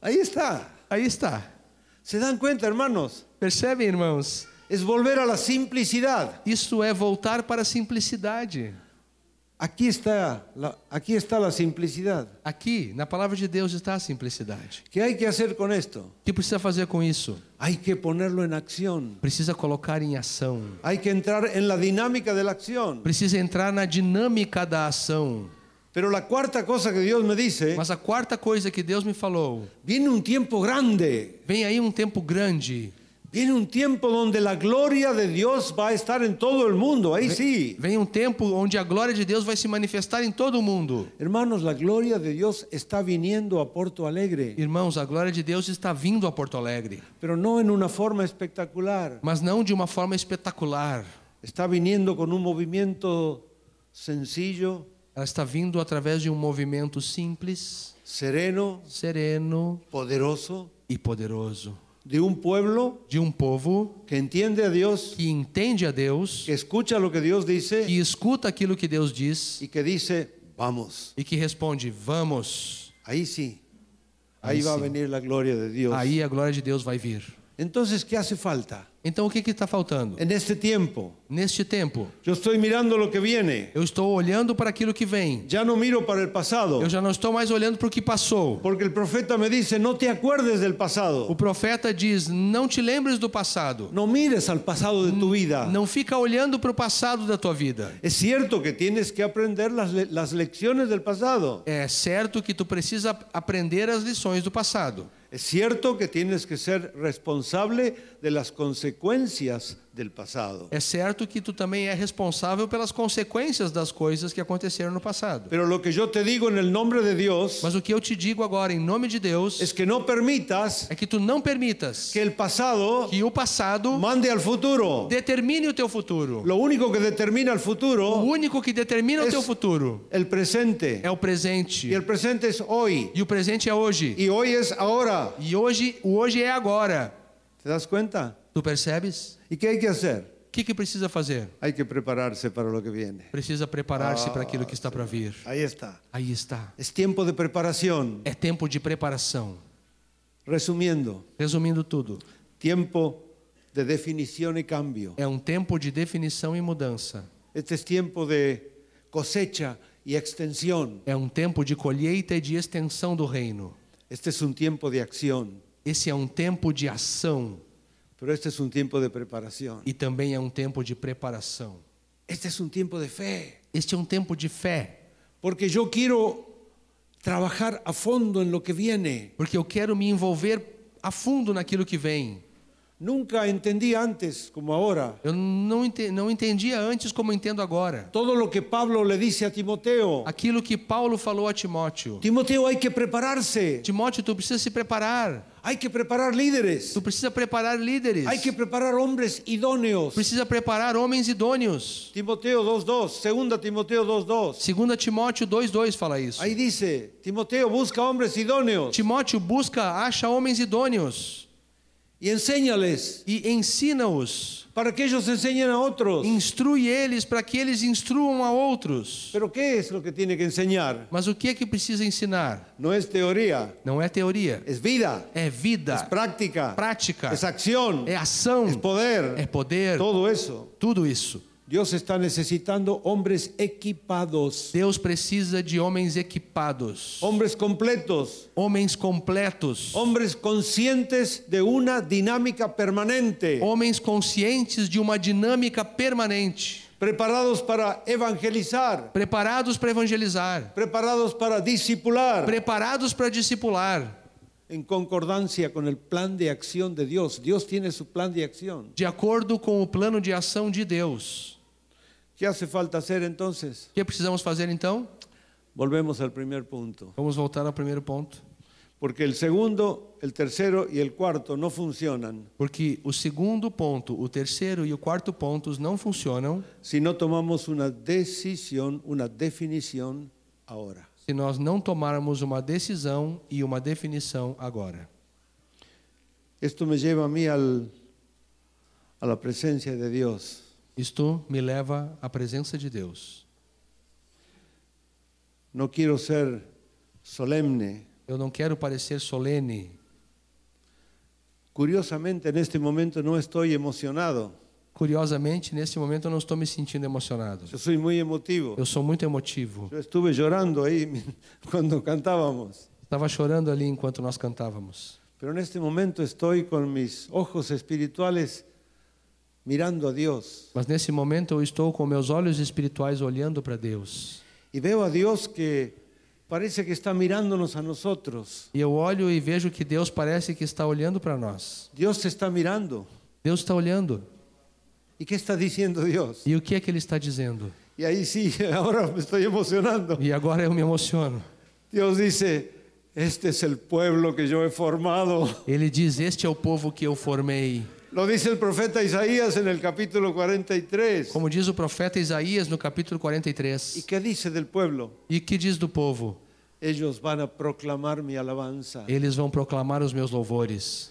C: Ahí está.
B: Aí está.
C: ¿Se dan cuenta, hermanos?
B: Percebem, irmãos?
C: Es volver a la simplicidad.
B: Isso é voltar para a simplicidade.
C: Aquí está la, aquí está la simplicidad.
B: Aqui, na palavra de Deus, está a simplicidade.
C: ¿Qué hay que hacer con esto?
B: O que precisa fazer com isso?
C: Hay que ponerlo en acción.
B: Precisa colocar em ação.
C: Hay que entrar en la dinámica de la acción.
B: Precisa entrar na dinâmica da ação.
C: Pero la cuarta cosa que Dios me dice,
B: Mas a quarta coisa que Deus me falou:
C: viene un tiempo grande.
B: vem aí um tempo grande.
C: Viene un tiempo donde la gloria de Dios va a estar en todo el mundo. Ahí sí.
B: Vem um tempo onde a glória de Deus vai se manifestar em todo o mundo.
C: Hermanos, la gloria de Dios está viniendo a Porto Alegre,
B: Irmãos, a glória de Deus está vindo a Porto Alegre,
C: pero no en una forma espectacular.
B: mas não de uma forma espetacular.
C: Está viniendo con un movimiento sencillo,
B: Ela está vindo através de um movimento simples,
C: sereno,
B: sereno
C: poderoso,
B: e poderoso.
C: de un pueblo
B: De um povo
C: que entiende a Dios,
B: que entende a Deus,
C: que escucha lo que Dios dice
B: que escuta aquilo que Deus diz
C: y que dice, vamos,
B: e que responde: Vamos.
C: ahí sí,
B: Ahí
C: ahí va a
B: sí.
C: venir la gloria de Dios.
B: Aí a glória de Deus vai vir.
C: Entonces, ¿qué hace falta
B: Então o que está faltando?
C: en este tiempo?
B: Neste tempo,
C: Yo estoy mirando lo que viene,
B: eu estou olhando para aquilo que vem.
C: ya no miro para el pasado.
B: Eu já não estou mais olhando para o que passou.
C: Porque el profeta me dice, no te acuerdes del
B: O
C: pasado,
B: profeta diz: Não te lembres do passado.
C: no mires al pasado de tu vida.
B: Não fica olhando para o passado da tua vida.
C: Es cierto que tienes que aprender las, le- las lecciones del pasado.
B: É certo que tu precisa aprender as lições do passado.
C: Es cierto que tienes que ser responsable de las consecuencias del pasado.
B: É certo que tu também é responsável pelas consequências das coisas que aconteceram no passado.
C: Pero lo que yo te digo en el nombre de Dios
B: Mas o que eu te digo agora, em nome de Deus,
C: es que no permitas
B: é que tu não permitas
C: que el pasado
B: que o passado
C: mande al futuro.
B: determine o teu futuro.
C: Lo único que determina el
B: O
C: futuro
B: único que determina o teu futuro
C: el presente.
B: é o presente.
C: Y el presente es hoy.
B: E o presente é hoje.
C: Y hoy es ahora.
B: E hoje, o hoje é agora.
C: ¿Te das cuenta?
B: Tu percebes?
C: ¿Y qué hay que hacer?
B: O que, que precisa fazer?
C: Hay que prepararse para lo que viene.
B: Precisa preparar-se para aquilo que está para vir.
C: Ahí está.
B: Aí está.
C: Es tiempo de preparación.
B: É tempo de preparação.
C: Resumiendo,
B: Resumindo tudo,
C: tiempo de definición y cambio.
B: é um tempo de definição e mudança.
C: Este es tiempo de cosecha y extensión.
B: É um tempo de colheita e de extensão do reino.
C: Este es un tiempo de acción,
B: Esse é um tempo de ação
C: pero este es un tiempo de preparación.
B: e também é um tempo de preparação.
C: Este es un tiempo de fe,
B: Este é um tempo de fé,
C: porque yo quiero trabajar a fondo en lo que viene.
B: porque eu quero me envolver a fundo naquilo que vem.
C: Nunca entendí antes como ahora
B: Eu não, ente- não entendia antes como entendo agora.
C: todo lo que Pablo le dice a Timoteo.
B: Aquilo que Paulo falou a Timóteo.
C: Timoteo, hay que prepararse,
B: Timóteo, tu precisa se preparar.
C: hay que preparar líderes,
B: Tu precisa preparar líderes.
C: hay que preparar hombres idóneos.
B: Precisa preparar homens idôneos.
C: Timoteo 2.2, segunda Timoteo 2.2.
B: 2 Timóteo 2,2 fala isso.
C: Ahí dice, Timoteo busca hombres idóneos
B: Timóteo busca, acha homens idôneos
C: y enséñales
B: e ensina-os.
C: para que ellos enseñen a otros.
B: Instrui eles para que eles instruam a outros.
C: Pero ¿qué es lo que tiene que enseñar?
B: Mas o que é que precisa ensinar?
C: No es teoría,
B: Não é teoria,
C: es vida,
B: é vida,
C: es práctica,
B: prática,
C: es acción,
B: é ação,
C: es poder,
B: é poder,
C: todo eso.
B: tudo isso.
C: Dios está necesitando hombres equipados,
B: Deus precisa de homens equipados,
C: hombres completos,
B: homens completos,
C: hombres conscientes de una dinámica permanente,
B: homens conscientes de uma dinâmica permanente,
C: preparados para evangelizar,
B: preparados para evangelizar,
C: preparados para discipular.
B: preparados para discipular,
C: en concordancia con el plan de acción de Dios. Dios tiene su plan de acción.
B: de acordo com o plano de ação de Deus.
C: ¿Qué hace falta hacer entonces?
B: O que precisamos fazer então?
C: Volvemos al primer punto,
B: Vamos voltar ao primeiro ponto.
C: porque el segundo, el tercero y el cuarto no funcionan
B: Porque o segundo ponto, o terceiro e o quarto pontos não funcionam
C: si no tomamos una decisión, una definición ahora.
B: se nós não tomarmos uma decisão e uma definição agora.
C: Esto me lleva a mí al- a la presencia de Dios.
B: Isto me leva à presença de Deus.
C: No quiero ser solemne.
B: Eu não quero parecer solene.
C: Curiosamente, en este momento no estoy emocionado.
B: Curiosamente, nesse momento eu não estou me sentindo emocionado.
C: Yo soy muy emotivo.
B: Eu sou muito emotivo.
C: Yo estuve llorando ahí cuando cantábamos,
B: Estava chorando ali enquanto nós cantávamos.
C: pero en este momento estoy con mis ojos espirituales mirando a Dios
B: Mas nesse momento eu estou com meus olhos espirituais olhando para Deus.
C: y veo a Dios que parece que está mirándonos a nosotros.
B: E eu olho e vejo que Deus parece que está olhando para nós.
C: Dios se está mirando.
B: Deus está olhando.
C: ¿Y qué está diciendo Dios?
B: E o que é que ele está dizendo?
C: Y ahí sí, ahora me estoy emocionando.
B: E agora eu me emociono.
C: Dios dice, este es el pueblo que yo he formado.
B: Ele diz: Este é o povo que eu formei.
C: Lo dice el profeta Isaías en el capítulo 43.
B: Como diz o profeta Isaías no capítulo
C: ¿Y
B: 43.
C: qué dice del pueblo?
B: E que diz do povo?
C: Ellos van a proclamar mi alabanza.
B: Eles vão proclamar os meus louvores.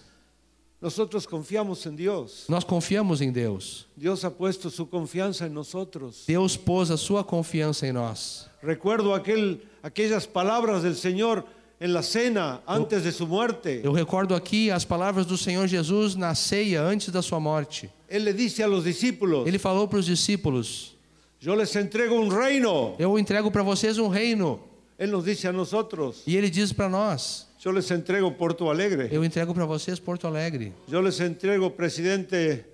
C: Nosotros confiamos en Dios.
B: Nós confiamos em Deus.
C: Dios ha puesto su confianza en nosotros.
B: Deus pôs a sua confiança em nós.
C: Recuerdo aquel, aquellas palabras del Señor en la cena antes de su muerte.
B: Eu recordo aqui as palavras do Senhor Jesus na ceia antes da sua morte.
C: Él le dice a los discípulos,
B: Ele falou para os discípulos:
C: yo les entrego un reino.
B: Eu entrego para vocês um reino.
C: Él nos dice a nosotros,
B: E ele diz para nós:
C: yo les entrego Porto Alegre.
B: Eu entrego para vocês Porto Alegre.
C: Yo les entrego presidente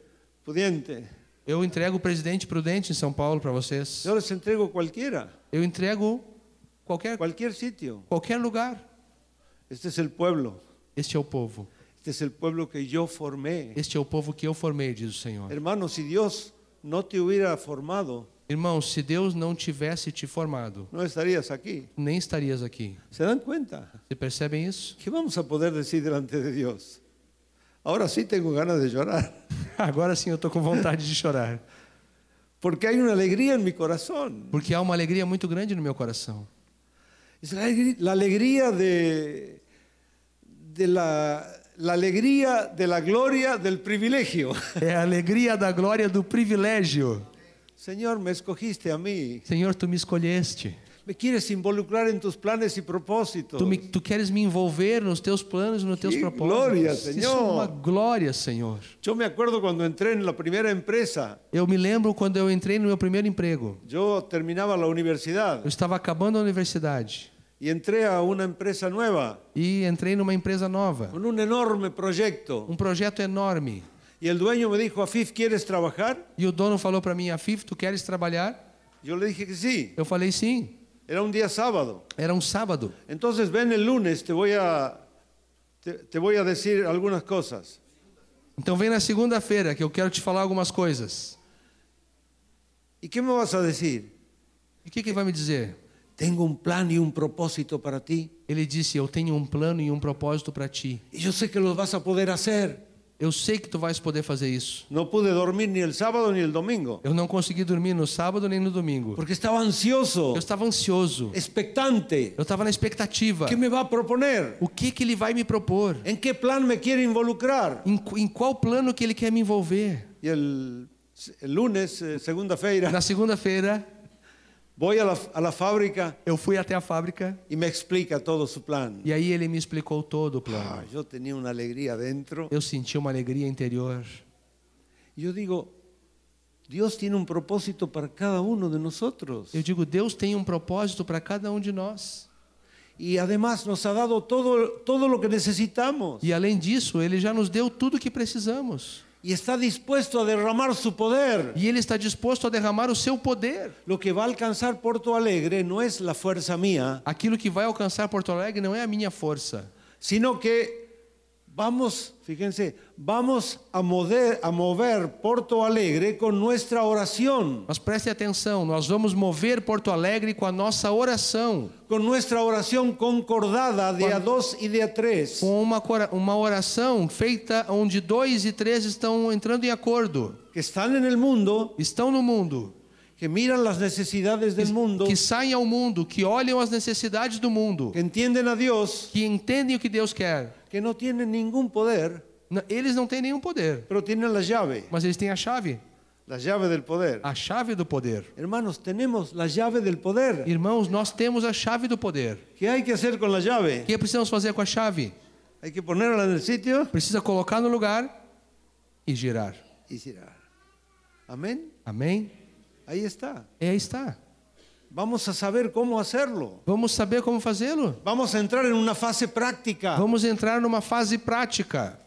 C: pudiente.
B: Eu entrego o presidente prudente em São Paulo para vocês.
C: Yo les entrego cualquiera,
B: Eu entrego qualquer,
C: cualquier sitio.
B: qualquer lugar.
C: Este es el pueblo.
B: Este é o povo.
C: Este es el pueblo que yo formé.
B: Este é o povo que eu formei, diz o Senhor.
C: Hermano, si Dios no te hubiera formado,
B: Irmão, se Deus não tivesse te formado,
C: no estarías aquí.
B: nem estarias aqui.
C: ¿Se dan cuenta?
B: Você percebem isso?
C: ¿Qué vamos a poder decir delante de Dios? Ahora sí tengo ganas de llorar,
B: Agora sim eu tô com vontade de chorar,
C: porque hay una alegría en mi corazón.
B: porque há uma alegria muito grande no meu corazón.
C: Es la alegr- la alegría de, de la, la alegría de la gloria del privilegio.
B: É a alegria da glória do privilégio.
C: Señor, me escogiste a mí.
B: Senhor, tu me escolheste.
C: Me quieres involucrar en tus planes y propósitos.
B: Tu, me, tu queres me envolver nos teus planos, nos teus
C: Que
B: propósitos.
C: glória,
B: Isso é
C: Senhor.
B: uma glória, Senhor.
C: Yo me acuerdo cuando entré en la primera empresa.
B: Eu me lembro quando eu entrei no meu primeiro emprego.
C: Yo terminaba la universidad
B: Eu estava acabando a universidade
C: y entré a una empresa nueva
B: e entrei numa empresa nova,
C: con un enorme proyecto.
B: um projeto enorme.
C: Y el dueño me dijo, Afif, ¿quieres trabajar?
B: E o dono falou para mim, Afif, tu queres trabalhar?
C: Yo le dije que sí.
B: Eu falei sim.
C: Era un día sábado.
B: Era um sábado.
C: Entonces ven el lunes, te voy a, te, te voy a decir algunas cosas.
B: Então vem na segunda-feira que eu quero te falar algumas coisas.
C: ¿Y qué me vas a decir?
B: E o que, que vai me dizer?
C: Tengo un plan y un propósito para ti.
B: Ele disse: Eu tenho um plano e um propósito para ti.
C: Y yo sé que los vas a poder hacer.
B: Eu sei que tu vais poder fazer isso.
C: No pude dormir ni el sábado ni el domingo.
B: Eu não consegui dormir no sábado nem no domingo.
C: Porque estaba ansioso,
B: Eu estava ansioso.
C: expectante.
B: Eu estava na expectativa.
C: ¿Qué me va a proponer?
B: O que que ele vai me propor?
C: ¿En qué plan me quiere involucrar?
B: Em, qu- em qual plano que ele quer me envolver?
C: Y el, el lunes, eh, segunda feira,
B: Na segunda-feira,
C: voy a la, a la fábrica
B: eu fui até a fábrica
C: y me explica todo su plan.
B: e aí ele me explicou todo o plano.
C: Ah, yo tenía una alegría dentro.
B: Eu senti uma alegria interior.
C: Y Yo digo, Dios tiene un propósito para cada uno de nosotros.
B: Eu digo, Deus tem um propósito para cada um de nós.
C: Y además nos ha dado todo, todo lo que necesitamos.
B: E além disso, ele já nos deu tudo o que precisamos.
C: Y está dispuesto a derramar su poder.
B: E ele está disposto a derramar o seu poder.
C: Lo que va a alcanzar Porto Alegre no es la fuerza mía,
B: Aquilo que vai alcançar Porto Alegre não é a minha força,
C: sino que vamos, fíjense, vamos a mover, a mover Porto Alegre con nuestra oración,
B: Mas preste atenção, nós vamos mover Porto Alegre com a nossa oração,
C: con nuestra oración concordada de a dos y de a tres.
B: com uma, cora- uma oração feita onde dois e três estão entrando em acordo,
C: que están en el mundo,
B: estão no mundo,
C: que miran las necesidades del mundo,
B: que saem ao mundo, que olham as necessidades do mundo,
C: que entienden a Dios,
B: que entendem o que Deus quer.
C: que no tienen ningún poder,
B: N- Eles não têm nenhum poder,
C: pero tienen la llave,
B: mas eles têm a chave,
C: la llave del poder.
B: a chave do poder.
C: Hermanos, tenemos la llave del poder.
B: Irmãos, nós temos a chave do poder.
C: ¿Qué hay que hacer con la
B: O
C: llave?
B: que precisamos fazer com a chave?
C: Hay que ponerla en el sitio
B: Precisa colocar no lugar e girar.
C: y girar. Amén.
B: Amém?
C: Ahí está.
B: E aí está.
C: Vamos a saber cómo hacerlo.
B: Vamos saber como fazê-lo?
C: Vamos a entrar en una fase práctica.
B: Vamos entrar numa fase prática.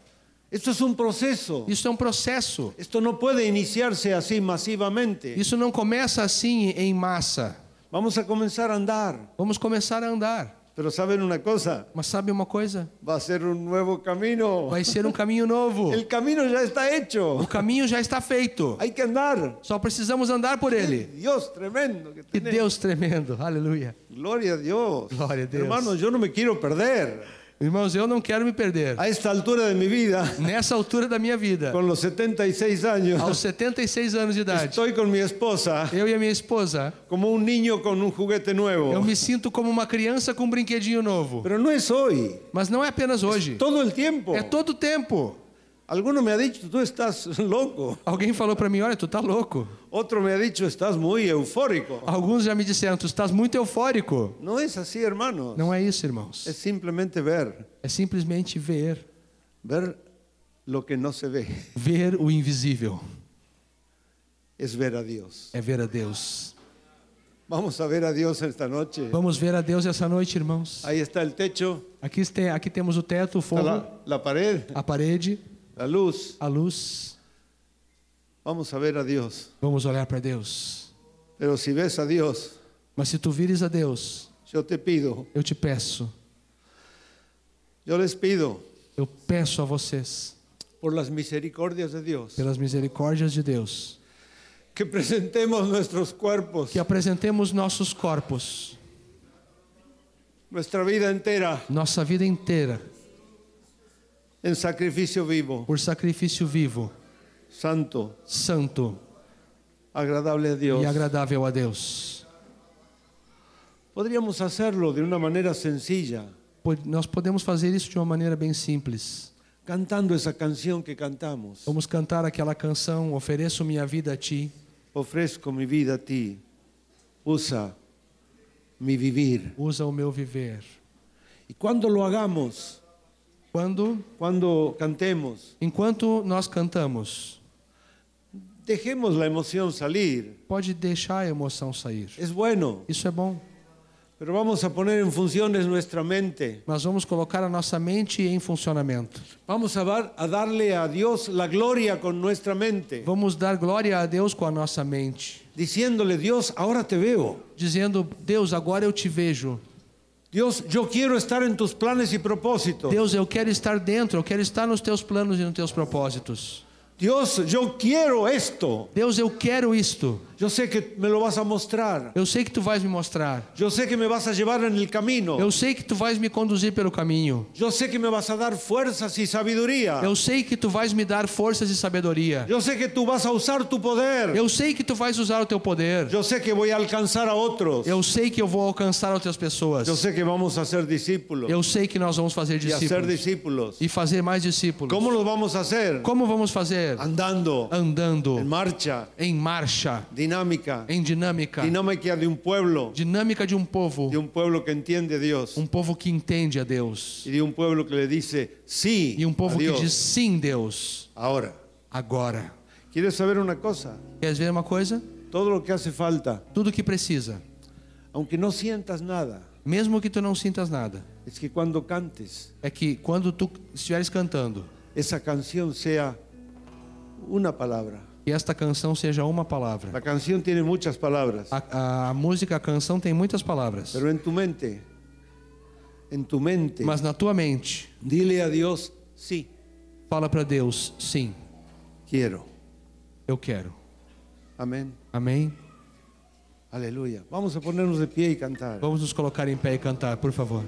C: Esto es un proceso.
B: Isso é um processo.
C: Esto no puede iniciarse así masivamente.
B: Isso não começa assim em massa.
C: Vamos a comenzar a andar.
B: Vamos começar a andar.
C: Pero saben una cosa,
B: Mas sabe uma coisa?
C: va a ser un nuevo camino.
B: Vai ser um caminho novo.
C: El camino ya está
B: O
C: hecho.
B: caminho já está feito.
C: Hay que andar.
B: Só precisamos andar por ele.
C: Dios tremendo que
B: Que
C: tenés.
B: Deus tremendo. Aleluia.
C: Gloria a Dios.
B: Gloria a Dios.
C: Hermanos, yo no me quiero perder.
B: Irmãos, eu não quero me perder.
C: A esta altura de mi vida,
B: Nessa altura da minha vida,
C: con los 76
B: aos
C: años,
B: 76 anos de idade,
C: estoy con mi esposa
B: eu e a minha esposa,
C: como un niño con un juguete
B: eu
C: nuevo.
B: me sinto como uma criança com um brinquedinho novo.
C: Pero no es hoy.
B: Mas não é apenas hoje.
C: Todo el tiempo.
B: É todo o tempo.
C: Alguno me ha dicho, tú estás loco.
B: Alguém falou para mim, olha, tu tá louco.
C: Otro me ha dicho, estás muy eufórico.
B: Alguns já me disseram, tu estás muito eufórico.
C: No es así, hermanos.
B: Não é isso, irmãos.
C: Es simplemente ver.
B: É simplesmente ver,
C: Ver lo que no se ve
B: ver o invisível.
C: es ver a Dios.
B: É ver a Deus.
C: Vamos a ver a Dios esta noche.
B: Vamos ver a Deus essa noite, irmãos.
C: Ahí está el techo,
B: Aqui, este- aqui temos o teto, o
C: está
B: fogo,
C: la, la pared,
B: a parede,
C: la luz.
B: a luz.
C: Vamos a ver a Dios.
B: Vamos olhar para Deus.
C: Pero si ves a Dios,
B: Mas se tu vires a Deus,
C: yo te pido,
B: eu te peço,
C: yo les pido
B: eu peço a vocês,
C: por las misericordias de Dios,
B: pelas misericórdias de Deus,
C: que presentemos nuestros cuerpos,
B: que apresentemos nossos corpos,
C: nuestra vida entera,
B: nossa vida inteira,
C: en sacrificio vivo,
B: por sacrifício vivo,
C: santo,
B: santo
C: agradable a
B: e
C: Dios.
B: agradável a Deus.
C: Podríamos hacerlo de una manera sencilla,
B: Po- Nós podemos fazer isso de uma maneira bem simples.
C: cantando esa canción que cantamos.
B: Vamos cantar aquela canção Ofereço minha vida a ti.
C: Ofrezco mi vida a ti. Usa mi vivir.
B: Usa o meu viver.
C: Y cuando lo hagamos,
B: Quando,
C: cuando cantemos,
B: enquanto nós cantamos,
C: dejemos la emoción salir.
B: pode deixar a emoção sair.
C: Es bueno,
B: Isso é bom.
C: pero vamos a poner en funciones nuestra mente.
B: Nós vamos colocar a nossa mente em funcionamento.
C: Vamos a, dar- a darle a Dios la gloria con nuestra mente,
B: Vamos dar glória a Deus com a nossa mente,
C: diciéndole, Dios, ahora te veo.
B: dizendo: Deus, agora eu te vejo.
C: Dios, yo quiero estar en tus planes y propósitos.
B: Deus, eu quero estar dentro, eu quero estar nos teus planos e nos teus propósitos.
C: Dios, yo quiero esto.
B: Deus, eu quero isto.
C: Yo sé que me lo vas a mostrar.
B: Eu sei que tu vais me mostrar.
C: Yo sé que me vas a llevar en el camino.
B: Eu sei que tu vais me conduzir pelo caminho.
C: Yo sé que me vas a dar fuerzas y sabiduría.
B: Eu sei que tu vais me dar forças e sabedoria.
C: Yo sé que tú vas a usar tu poder.
B: Eu sei que tu vais usar o teu poder.
C: Yo sé que voy a alcanzar a otros.
B: Eu sei que eu vou alcançar outras pessoas.
C: Yo sé que vamos a ser discípulos
B: Eu sei que nós vamos fazer
C: y a ser
B: discípulos
C: discípulos.
B: e fazer mais discípulos.
C: ¿Cómo los vamos a hacer?
B: Como vamos fazer?
C: Andando,
B: Andando,
C: en marcha,
B: em marcha,
C: dinámica,
B: em dinâmica,
C: dinámica de un pueblo,
B: dinâmica de um povo,
C: de un pueblo que entiende a Dios
B: um povo que entende a Deus
C: y de un pueblo que le dice sí
B: e um
C: a
B: povo que
C: Dios.
B: diz sim, Deus,
C: Ahora,
B: agora.
C: ¿quieres saber una cosa?
B: Queres ver uma coisa?
C: Todo lo que hace falta,
B: Tudo que precisa,
C: aunque no sientas nada,
B: mesmo que tu não sintas nada,
C: es que cuando cantes
B: é que quando tu estiveres cantando,
C: esa canción sea una palabra.
B: que esta canção seja uma palavra.
C: La canción tiene muchas palabras,
B: A, a música, a canção tem muitas palavras,
C: pero en tu mente, en tu mente,
B: mas na tua mente,
C: dile a Dios, sí,
B: fala para Deus, sim,
C: quiero.
B: eu quero.
C: Amén.
B: Amém?
C: Aleluya. Vamos a ponernos de pie y cantar.
B: Vamos nos colocar em pé e cantar, por favor.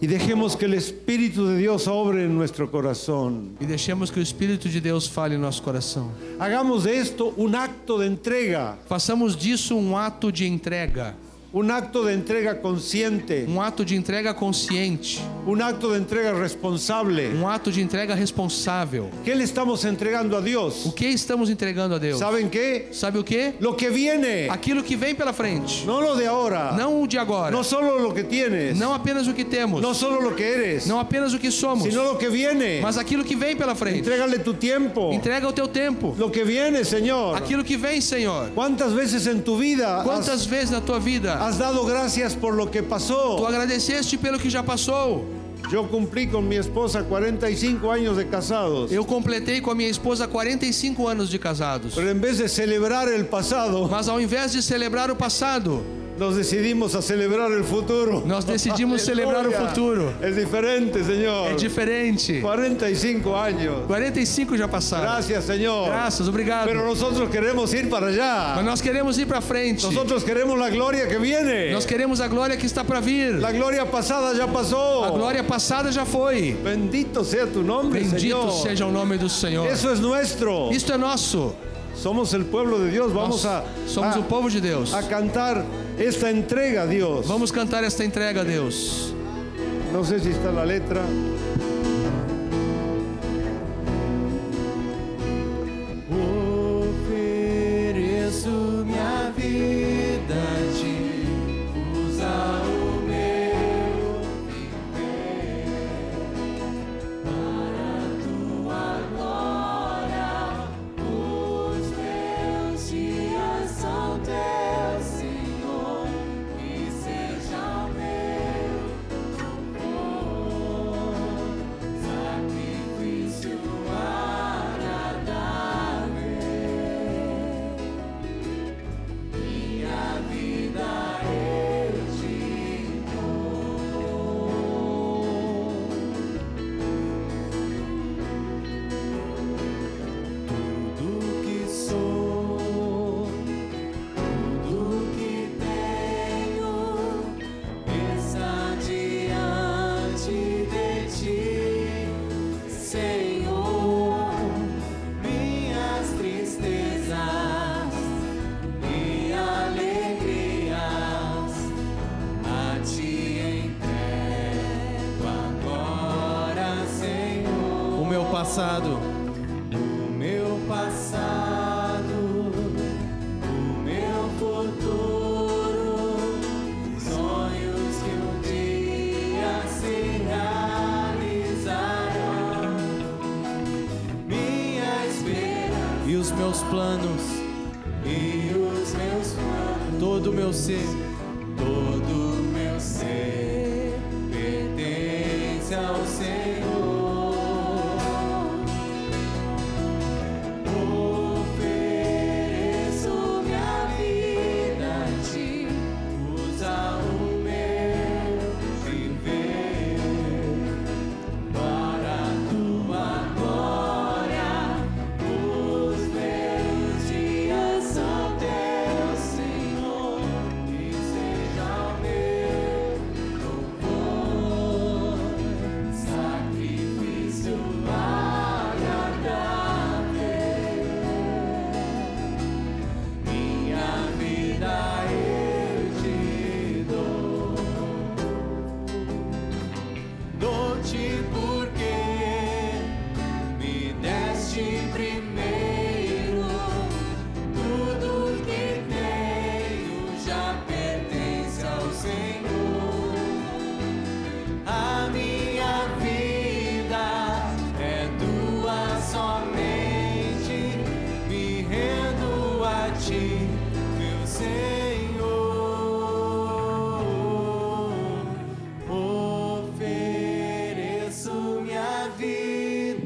C: Y dejemos que el Espíritu de Dios obre en nuestro corazón.
B: E deixemos que o Espírito de Deus fale em nosso coração.
C: Hagamos de esto un acto de entrega,
B: Façamos disso um ato de entrega,
C: un acto de entrega consciente,
B: um ato de entrega consciente,
C: un acto de entrega responsable.
B: um ato de entrega responsável.
C: ¿Qué le estamos entregando a
B: O
C: Dios?
B: que estamos entregando a Deus?
C: ¿Saben qué?
B: Sabe o que?
C: Lo que viene,
B: Aquilo que vem pela frente,
C: no lo de ahora,
B: não o de agora,
C: no solo lo que tienes,
B: não apenas o que temos,
C: no solo lo que eres,
B: não é apenas o que somos,
C: sino lo que viene.
B: mas aquilo que vem pela frente.
C: Entrégale tu tiempo,
B: Entrega o teu tempo,
C: lo que viene, Señor.
B: aquilo que vem, Senhor.
C: ¿Cuántas veces en tu vida has
B: Quantas vezes na tua vida
C: Has dado gracias por lo que
B: tu
C: pasó.
B: agradeceste pelo que já passou?
C: Yo cumplí con mi esposa 45 años de casados.
B: Eu completei com a minha esposa 45 anos de casados.
C: Pero en vez de celebrar el pasado,
B: Mas ao invés de celebrar o passado,
C: nos decidimos a celebrar el futuro.
B: nós decidimos celebrar o
C: Aleluya.
B: futuro.
C: Es diferente, Señor.
B: É diferente.
C: 45 años.
B: 45 já passaram.
C: Gracias, Señor.
B: Graças, obrigado.
C: Pero nosotros queremos ir para
B: Mas
C: allá.
B: nós queremos ir para frente.
C: Nosotros queremos la gloria que viene.
B: Nós queremos a glória que está para vir.
C: La gloria pasada ya
B: A
C: pasó.
B: glória passada já foi.
C: Bendito sea tu nombre,
B: Bendito
C: Señor.
B: seja o nome do Senhor.
C: Eso es nuestro.
B: Isto é nosso.
C: Somos el pueblo de Dios. Vamos
B: Nós
C: a,
B: somos
C: a-
B: o povo de Deus.
C: a cantar esta entrega a Dios.
B: Vamos cantar esta entrega a Deus.
C: No sé si está la letra.
D: Ofereço minha vida a ti, usa o meu viver para a tua glória. Os meus dias são teus, Senhor, e seja o meu louvor. Sacrifício agradável, minha vida é eu te dou. Tudo que sou, tudo que tenho. Está diante de ti, Senhor, minhas tristezas e alegrias a ti entrego agora, Senhor. O meu passado, o meu passado, o meu futuro. Sonhos que um dia se realizarão. Minha esperança e os meus planos e os meus planos. Todo meu ser, todo meu ser pertence ao Senhor. Ofereço minha vida a ti, usa o meu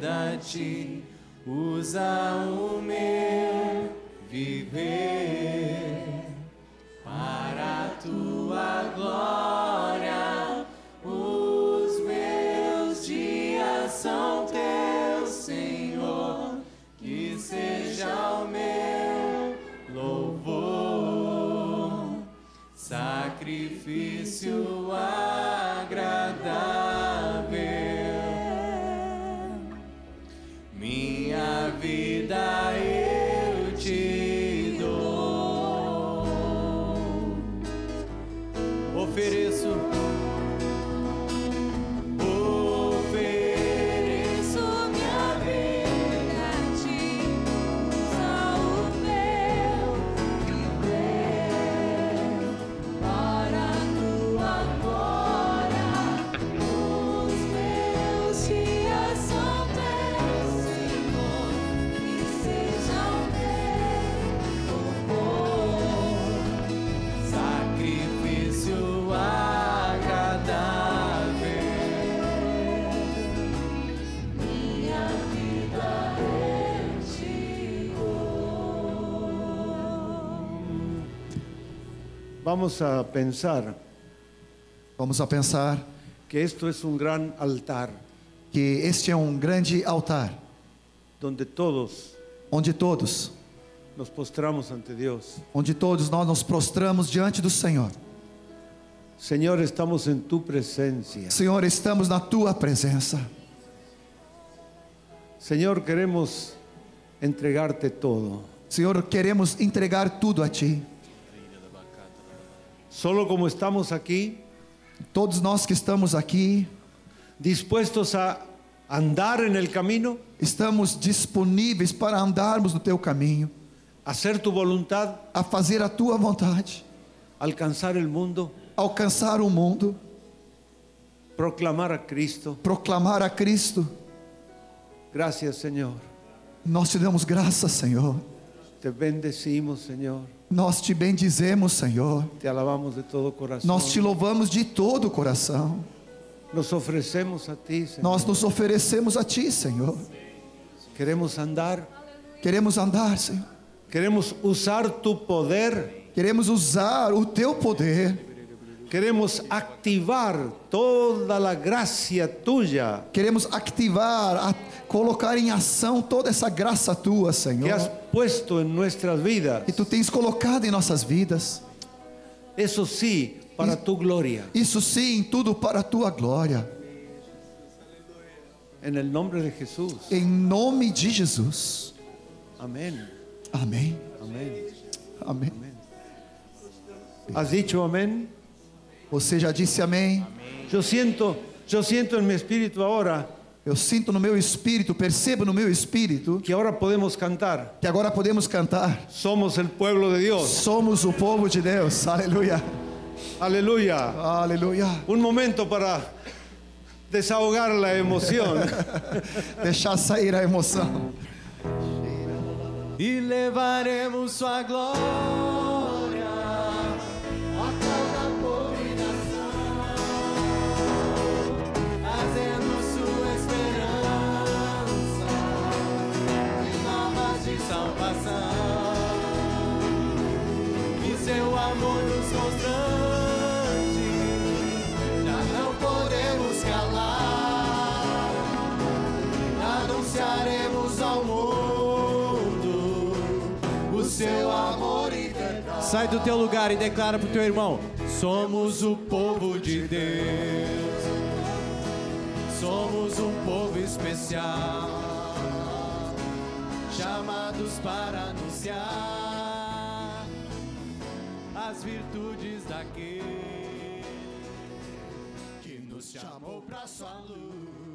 D: é ti, usa o meu viver para a tua glória. Os meus dias são teus, Senhor, que seja o meu louvor sacrifício agradável. Minha vida eu te dou, ofereço. Ofereço minha vida a ti, só o meu viver. Para tua glória, os meus dias são teus, Senhor, que seja o meu louvor, sacrifício agradável. Minha vida eu te dou.
C: Vamos a pensar
E: Vamos a pensar
C: que esto es un gran altar
E: que este é um grande altar
C: donde todos
E: onde todos,
C: nos postramos ante Dios.
E: onde todos nós nos prostramos diante do Senhor.
C: Señor, estamos en tu presencia.
E: Senhor, estamos na tua presença.
C: Señor, queremos entregarte todo.
E: Senhor, queremos entregar tudo a ti.
C: Solo como estamos aquí,
E: Todos nós que estamos aqui,
C: dispuestos a andar en el camino,
E: estamos disponíveis para andarmos no teu caminho,
C: a hacer tu voluntad,
E: a fazer a tua vontade,
C: alcanzar el mundo,
E: alcançar o mundo,
C: proclamar a Cristo.
E: proclamar a Cristo.
C: Gracias, Señor.
E: Nós te damos graça, Senhor.
C: Te bendecimos, Señor.
E: Nós te bendizemos, Senhor.
C: Te alabamos de todo corazón.
E: Nós te louvamos de todo o coração.
C: Nos ofrecemos a ti, Señor.
E: Nós nos oferecemos a ti, Senhor.
C: Queremos andar,
E: Queremos andar, Senhor.
C: queremos usar tu poder,
E: Queremos usar o teu poder.
C: queremos activar toda la gracia tuya
E: Queremos ativar, a- colocar em ação toda essa graça tua,
C: que has
E: Senhor.
C: puesto en nuestras vidas.
E: Que tu tens colocado em nossas vidas.
C: Eso sí, para tu gloria.
E: Isso sim, tudo para a tua glória.
C: En el nombre de Jesús.
E: Em nome de Jesus.
C: Amén.
E: Amém.
C: Amén.
E: Amém.
C: ¿Has dicho amén?
E: Você já disse amém.
C: Yo siento, yo siento en mi espíritu ahora
E: Eu sinto no meu espírito, percebo no meu espírito
C: que ahora podemos cantar.
E: que agora podemos cantar.
C: Somos el pueblo de Dios.
E: Somos o povo de Deus. Aleluia.
C: Aleluya.
E: Aleluia.
C: Un momento para desahogar la emoción.
E: Deixar sair a emoção.
D: e levaremos sua glória a cada nação, trazendo sua esperança e novas de salvação. Que seu amor nos constrange, já não podemos calar anunciaremos ao mundo o seu amor eterno. Sai do teu lugar e declara pro teu irmão: Somos o povo de Deus. Somos um povo especial, chamados para anunciar as virtudes daquele que nos chamou pra sua luz.